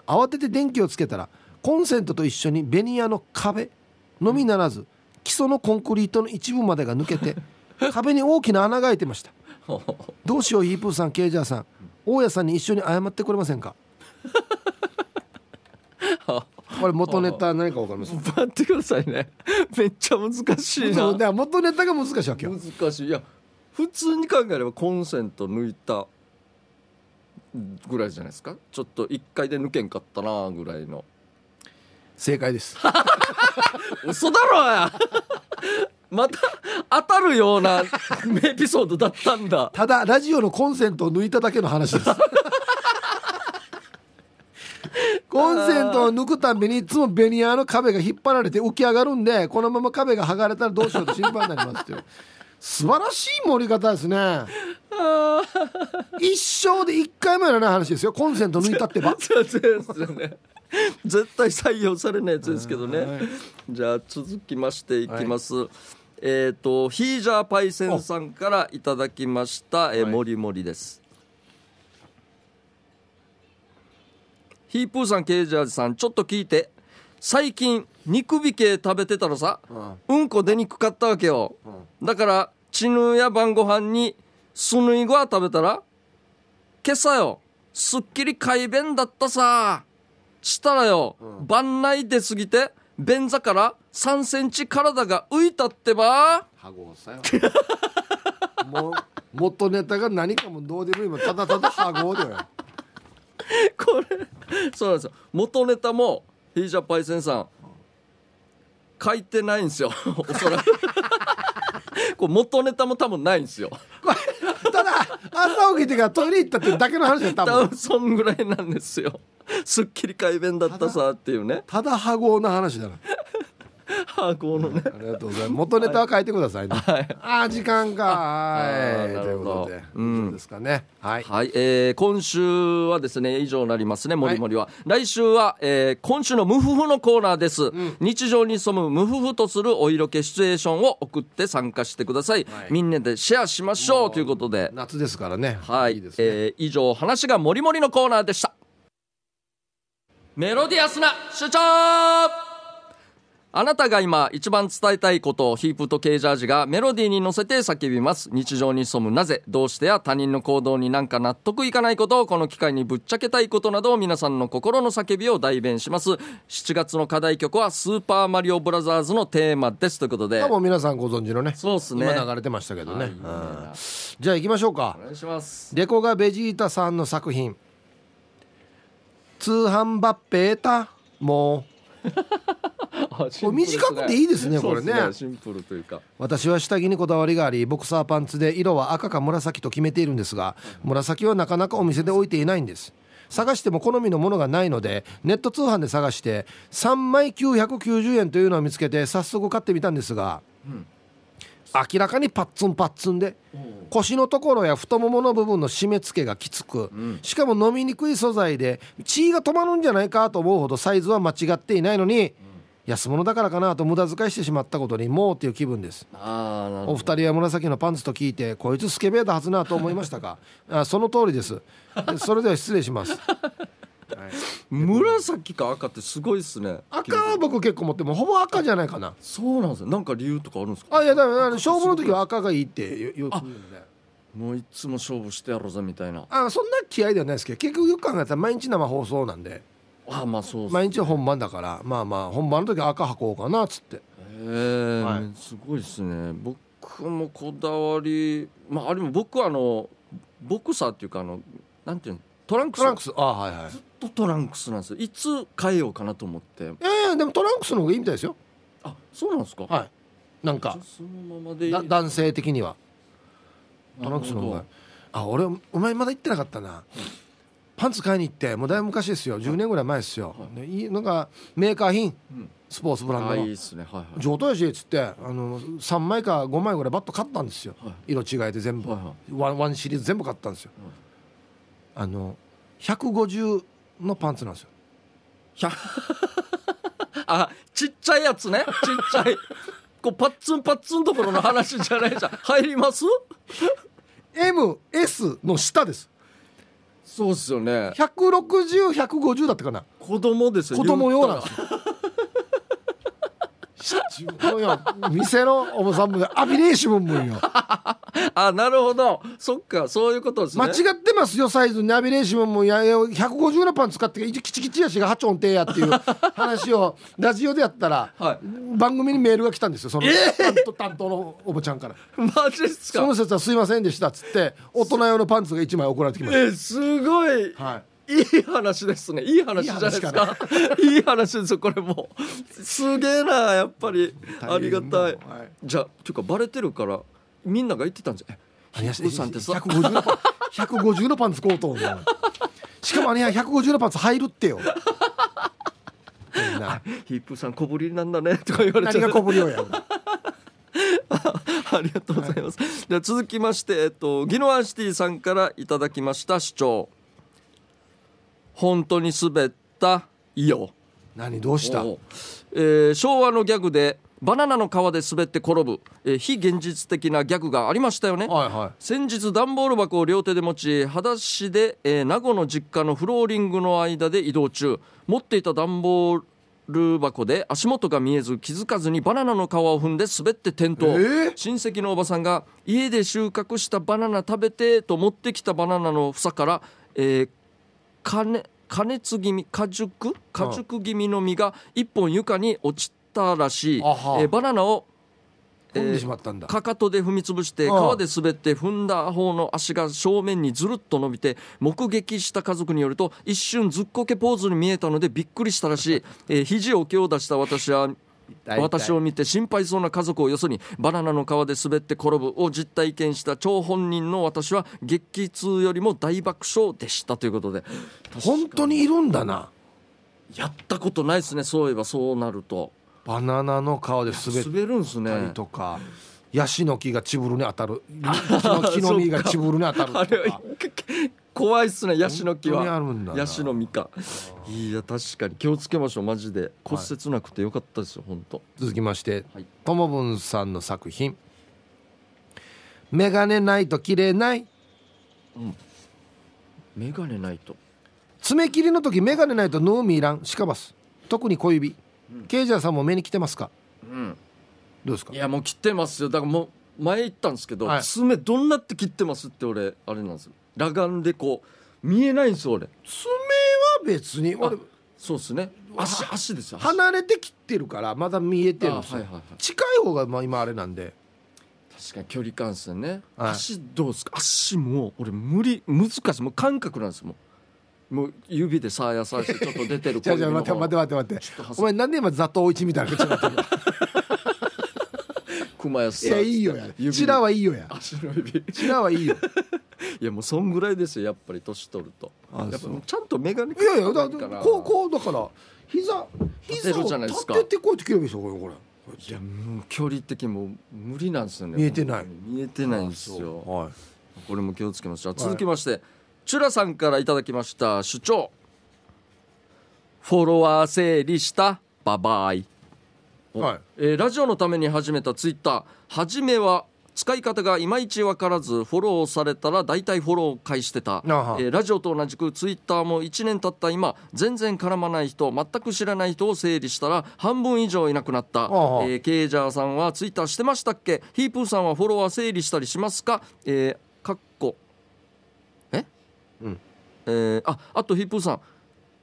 B: 慌てて電気をつけたらコンセントと一緒にベニヤの壁のみならず基礎のコンクリートの一部までが抜け て壁に大きな穴が開いてま したどうしようヒープーさんケイジャーさん大家さんに一緒に謝ってくれません かこれ元ネタ何か分かり ます
C: 待ってくださいね めっちゃ難し い
B: そう
C: な
B: だから元ネタが難しいわけよ
C: 難しいいや普通に考えればコンセント抜いたぐらいじゃないですかちょっと一回で抜けんかったなぐらいの
B: 正解です
C: 嘘だろやまた当たるようなエピソードだったんだ
B: ただラジオのコンセントを抜いただけの話ですコンセントを抜くたびにいつもベニヤの壁が引っ張られて浮き上がるんでこのまま壁が剥がれたらどうしようって心配になりますっていう素晴らしい盛り方ですね一生で一回もやらない話ですよコンセント抜いたってば
C: そうですよね絶対採用されないやつですけどね、じゃあ続きましていきます、えっ、とヒージャーパイセンさんからいただきました、えー、もりもりですヒープーさんケージャージさんちょっと聞いて最近肉びけ食べてたらさ、うん、こ出にくかったわけよ、だからチヌや晩ご飯にスヌイゴア食べたら今朝よすっきり快便だったさしたらよ、番内出過ぎて便座から3センチ体が浮いたってば
B: はごさよ もう元ネタが何かもどうでもいいもんただただはごだよ
C: これそうなんですよ元ネタもヒージャパイセンさん書いてないんです よおそらくこれ元ネタも多分ないんですよ
B: ただ朝起きてからトイレ行ったってだけの話だよ多
C: 多
B: 分
C: 分そんぐらいなんですよすっきり快便だったさっていうね
B: ただはごうな話だな
C: 箱のね
B: ありがとうございます元ネタは書いてくださいね、ああ時間かは
C: あ
B: い
C: ー
B: と
C: ないる
B: う
C: ほ
B: こ
C: ど
B: とで、
C: うん
B: 以上ですかねはい
C: はい、えー今週はですね以上になりますねもりもりは、来週は、えー今週のムフフのコーナーです、日常に潜むムフフとするお色気シチュエーションを送って参加してください、
B: はい
C: みんなでシェアしましょうということで
B: 夏ですからね
C: はい
B: いですね、
C: えー以上話がもりもりのコーナーでしたメロディアスな主張あなたが今一番伝えたいことをヒープとケージャージがメロディーに乗せて叫びます日常に潜むなぜどうしてや他人の行動になんか納得いかないことをこの機会にぶっちゃけたいことなどを皆さんの心の叫びを代弁します7月の課題曲は「スーパーマリオブラザーズ」のテーマですということで
B: 多分皆さんご存知のね
C: そうっすね
B: 今流れてましたけどね、
C: はい
B: うんじゃあ行きましょうか
C: お願いします
B: レコがベジータさんの作品「通販バッペータ」もうこれ短くていいですねこれね
C: そうっすシンプルというか
B: 私は下着にこだわりがありボクサーパンツで色は赤か紫と決めているんですが紫はなかなかお店で置いていないんです探しても好みのものがないのでネット通販で探して3枚990円というのを見つけて早速買ってみたんですが、明らかにパッツンパッツンで腰のところや太ももの部分の締め付けがきつく、しかも飲みにくい素材で血が止まるんじゃないかと思うほどサイズは間違っていないのに、安物だからかなと無駄遣いしてしまったことにもうという気分です
C: ああなるほど
B: お二人は紫のパンツと聞いてこいつスケベだはずなと思いました かあその通りですそれでは失礼します
C: 紫か赤ってすごいですね
B: 赤は僕結構持ってもうほぼ赤じゃないかな
C: そうなんですよなんか理由とかあるんですか
B: あいやだから勝負の時は赤がいいってよよく言うので
C: もういつも勝負してやろうぜみたいな
B: あそんな気合いではないですけど結局よく考えたら毎日生放送なんで
A: ああまあそうっす
B: 毎日本番だからまあまあ本番の時は赤履こうかなっつって
A: えー
B: は
A: すごいですね僕もこだわりまああれも僕はあのボクサーっていうかあのなんていうのトランクス
B: トランクスああはいはい
A: ずっとトランクスなんですよいつ変えようかなと思って
B: いやいやでもトランクスの方がいいみたいですよ
A: あそうなんですか
B: はいなんか
A: じゃあそのままでいい
B: だ男性的にはトランクスの方
A: な
B: が
A: る
B: あ俺お前まだ行ってなかったなパンツ買いに行ってもうだいぶ昔ですよ10年ぐらい前ですよ、でいいなんかメーカー品
A: ほどうん
B: スポーツブラン
A: あ
B: ド
A: い
B: の
A: いですねはいはい
B: 上等やしっつってあの3枚か5枚ぐらいバット買ったんですよ、
A: は
B: 色違えて全部、
A: はいは
B: ワンワンシリーズ全部買ったんですよ、あの150のパンツなんですよ
A: あちっちゃいやつねちっちゃいこうパッツンパッツンところの話じゃないじゃん入ります
B: MS の下です
A: そうですよね
B: 160150だったかな
A: 子供ですよ
B: 子供用な
A: 言
B: ん
A: っ
B: ですよ自分よ店のおばさんもアフィレーションも よ
A: たらあなるほどそっかそういうことですね
B: 間違ってますよサイズにアビレーションもやよ150のパン使ってキチキチやしが8音程やっていう話をラジオでやったら、
A: は
B: 番組にメールが来たんですよその、担当担当のおばちゃんから
A: マジっす
B: その
A: か
B: 説はすいませんでしたっつって大人用のパンツが1枚送られてきまし
A: えすごい
B: た、はい
A: いい話ですねいい話じゃないですかいい話ですよこれもうすげえなやっぱりありがたい、
B: はい
A: じゃあていうかバレてるからみんなが言ってたんじゃんえ
B: いや
A: ヒップさんってさ
B: 150のパン150のパンツ買うとんのしかもあれや150のパンツ入るって よみんな
A: ヒップさん小ぶりなんだねとか言われち
B: 何
A: ゃ
B: が
A: う
B: 小ぶりよや
A: ありがとうございます、 じゃあ続きまして、えっと、ギノアンシティさんからいただきました主張本当に滑ったいいよ
B: 何どうした
A: おうえー昭和のギャグでバナナの皮で滑って転ぶ、えー非現実的なギャグがありましたよね
B: はいは
A: 先日段ボール箱を両手で持ち裸足で、えー名護の実家のフローリングの間で移動中持っていた段ボール箱で足元が見えず気づかずにバナナの皮を踏んで滑って転倒、
B: えー
A: 親戚のおばさんが家で収穫したバナナ食べてと持ってきたバナナの房から、えー加熱加熱気味果熟果熟気味の実が一本床に落ちたらしい、え
B: あは
A: ーバナナを
B: い飛んでしまったんだ、
A: かかとで踏みつぶして
B: ああ
A: 川で滑って踏んだ方の足が正面にずるっと伸びて目撃した家族によると一瞬ずっこけポーズに見えたのでびっくりしたらしい、えー肘を強打した私は
B: 痛い
A: 私を見て心配そうな家族をよそにバナナの皮で滑って転ぶを実体験した張本人の私は激痛よりも大爆笑でしたということで
B: 本当にいるんだな
A: やったことないですねそういえばそうなると
B: バナナの皮で滑っ
A: 滑るんです
B: たり
A: ね
B: とか、ヤシの木がチブルに当た る木の実がチブルに当たる
A: あれ
B: とか
A: は怖いっすねヤシの木は
B: 本当にあるんだな
A: ヤシの実かいや確かに気をつけましょうマジで骨折なくてよかったですよ本当
B: 続きまして
A: はい
B: ともぶんさんの作品「メガネないと綺麗ない」
A: メガネないと
B: 爪切りの時メガネないとノーミーランしかばす特に小指、ケイジャーさんも目に来てますか
A: うん
B: どうですか
A: いやもう切ってますよだからもう前言ったんですけど、
B: はい
A: 爪どんなって切ってますって俺あれなんですよ裸眼でこう見えないんですよ俺
B: 爪は別に
A: あ
B: 俺
A: そうですね足足ですよ足
B: 離れて切ってるからまだ見えてるんですよ、
A: あはいはいはい
B: 近い方がまあ今あれなんで
A: 確かに距離感ですよね、
B: はい
A: 足どうですか足もう俺無理難しいもう感覚なんですもうもう指でさやさやしてちょっと出 てる
B: じゃあじゃあ待って待って待って待ってお前なんで今ザトウイチみたいな口になってるの
A: 熊安さ
B: い
A: ん
B: やいいよや
A: 指
B: チラはいいよや
A: 足の指
B: チラはいいよ
A: いやもうそんぐらいですよやっぱり年取ると
B: あ
A: やっぱ
B: そう
A: ちゃんと眼鏡
B: いやいやだからこうこうだから膝
A: 立て
B: 膝
A: る
B: を
A: じゃないです
B: 立
A: か
B: ててこうやって切ればいいでしょこれこれ
A: いやもう距離的にもう無理なんですよね
B: 見えてない
A: 本当に見えてないんです
B: そう
A: よ
B: はい
A: これも気をつけましょう続きまして、チュラさんからいただきました主張フォロワー整理したババアイお
B: はい
A: えーラジオのために始めたツイッター初めは使い方がいまいち分からずフォローされたら大体フォロー返してた、え
B: あは
A: ーラジオと同じくツイッターも1年経った今全然絡まない人全く知らない人を整理したら半分以上いなくなった、
B: はあ
A: えーケイジャーさんはツイッターしてましたっけヒープーさんはフォロワー整理したりしますかえー、かっこえ、
B: うん
A: えーああとヒープーさん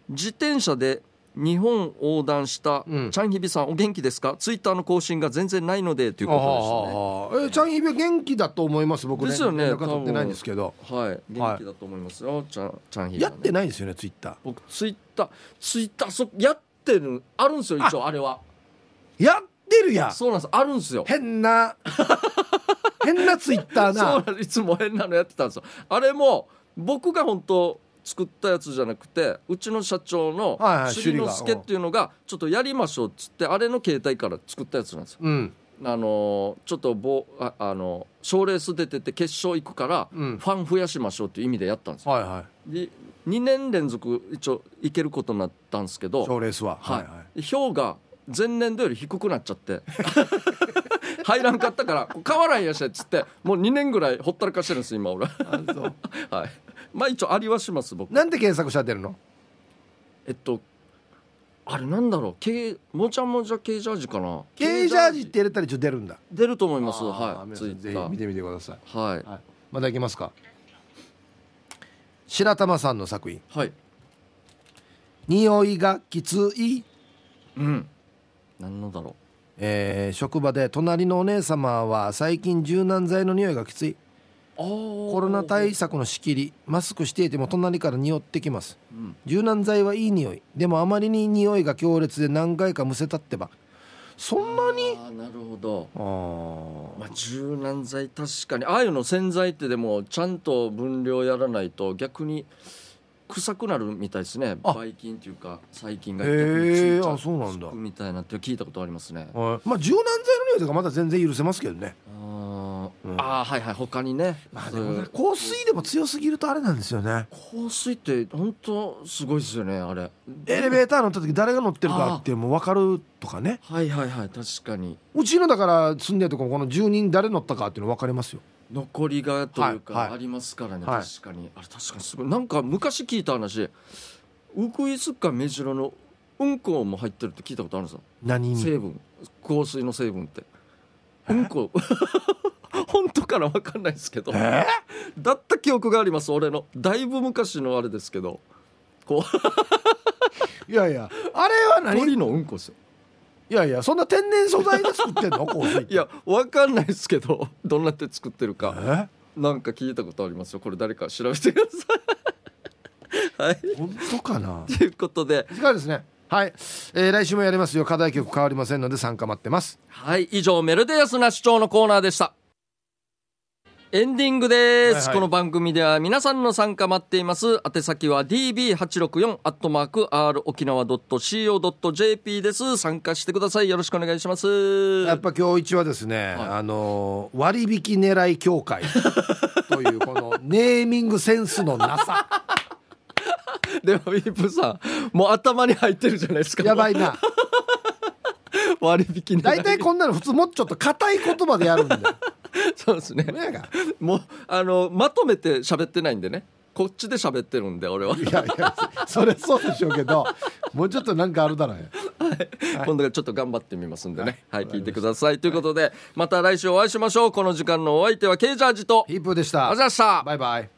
C: 自転車で日本横断したチ
B: うん
C: ャンヒビさん、お元気ですかツイッターの更新が全然ないのでというこ
B: ああえちゃんひびは元気だと思います僕ね
C: ですよね
B: 連絡は取ってないんですけど
C: とですねはい元気だと思いますよ、チャンチャンヒビ
B: や
C: さん
B: っ
C: ね、
B: てないですよねツイッター
C: 僕ツイッターツイッターそやってるあるんですよ一応あれは
B: やってるやん
C: そうなんですあるんですよ
B: 変 な変なツイッター
C: そうなん
B: な
C: ですいつも変なのやってたんですよあれも僕が本当作ったやつじゃなくてうちの社長の
B: はいはい
C: 朱里之
B: 朱里
C: 助
B: が
C: っていうのがちょっとやりましょうっつってあれの携帯から作ったやつなんですよ
B: うん
C: あのーちょっとぼああの賞レース出てて決勝行くからフ
B: うん
C: ァン増やしましょうっていう意味でやったんですよ
B: はいは
C: で2年連続一応行けることになったんですけど
B: い賞レースは
C: は
B: はいいはい
C: 票が前年度より低くなっちゃって 入らんかったから変わらんやしっつってもう2年ぐらいほったらかしてるんです今俺 はい
B: あそう
C: まあ一応ありはします僕
B: なんで検索しちゃってるの
C: えっとあれなんだろうけいもじゃもじゃ系ジャージかな
B: ゲージャージって入れたら一応出るんだ
C: 出ると思います
B: あー
C: はい
B: 皆
C: ツ
B: さ
C: イ
B: んぜ
C: ッ
B: ひ
C: タ
B: 見
C: ー
B: てみてください
C: はい
B: はい、まだいきますか白玉さんの作品
C: はい
B: 「匂いがきつい
C: うん何のだろ」
B: えー職場で隣のお姉様は最近柔軟剤の匂いがきついう
C: コ
B: コロナ対策の仕切りマスクしていても隣から匂ってきます
C: うん
B: 柔軟剤はいい匂いでもあまりに匂いが強烈で何回かむせたってばそんなに
C: あーなるほど
B: あー
C: まあ、柔軟剤確かにああいうの洗剤ってでもちゃんと分量やらないと逆に臭くなるみたいですね
B: あ
C: ばい菌っていうか細菌が
B: へ
C: 逆に
B: ー
C: ついちゃ
B: あそうなんだ
C: つくみたいなって聞いたことありますねあ
B: はいまあ柔軟剤の匂いとかまだ全然許せますけどね
C: ー、
B: うん
C: あーはいはい他にね、
B: まあで
C: そう
B: も
C: い
B: ね
C: う
B: 香水でも強すぎるとあれなんですよね
C: 香水って本当すごいですよねあれ
B: エレベーター乗った時誰が乗ってるかってもう分かるとかね
C: はいはいはい確かに
B: うちのだから住んでるとこもこの住人誰乗ったかっていうの分かりますよ
C: 残りがという
B: はい
C: か
B: はい
C: ありますからね、
B: はい
C: 確かにあれ確かにすごいなんか昔聞いた話ウグイスかメジロのうんこも入ってるって聞いたことあるんですよ
B: 何に
C: 成分香水の成分ってうんこ 本当から分かんないですけどだった記憶があります俺のだいぶ昔のあれですけどこう
B: いやいやあれは何い
C: 鳥のうんこですよ
B: やいやそんな天然素材で作ってん の香水って
C: いや分かんないですけどどんな手作ってるか
B: え
C: なんか聞いたことありますよこれ誰か調べてくださいはい
B: 本当かな
C: ということで
B: いかがですねはい、えー来週もやりますよ課題曲変わりませんので参加待ってます
C: はい以上メルディアスな主張のコーナーでしたエンディングです、
B: はいはい
C: この番組では皆さんの参加待っています宛先は db864 アットマーク r 沖縄 .co.jp です参加してくださいよろしくお願いします
B: やっぱ今日一はですね、
C: はい
B: あのー割引狙い協会というこのネーミングセンスのな さ
C: でもウィープさんもう頭に入ってるじゃないですか
B: やば
C: い
B: いな
C: 割引ね
B: 大体こんなの普通もうちょっと硬い言葉でやるんだ よ
C: そうですね
B: ねえが
C: もうあのまとめて喋ってないんでねこっちで喋ってるんで俺は、
B: いやいやそれそうでしょうけどもうちょっとなんかあるだろうよ
C: 今度からちょっと頑張ってみますんでねはい、聞いてくださいということで、また来週お会いしましょうこの時間のお相手はケイジャージと
B: ヒープーでした
C: あざした
B: バイバイ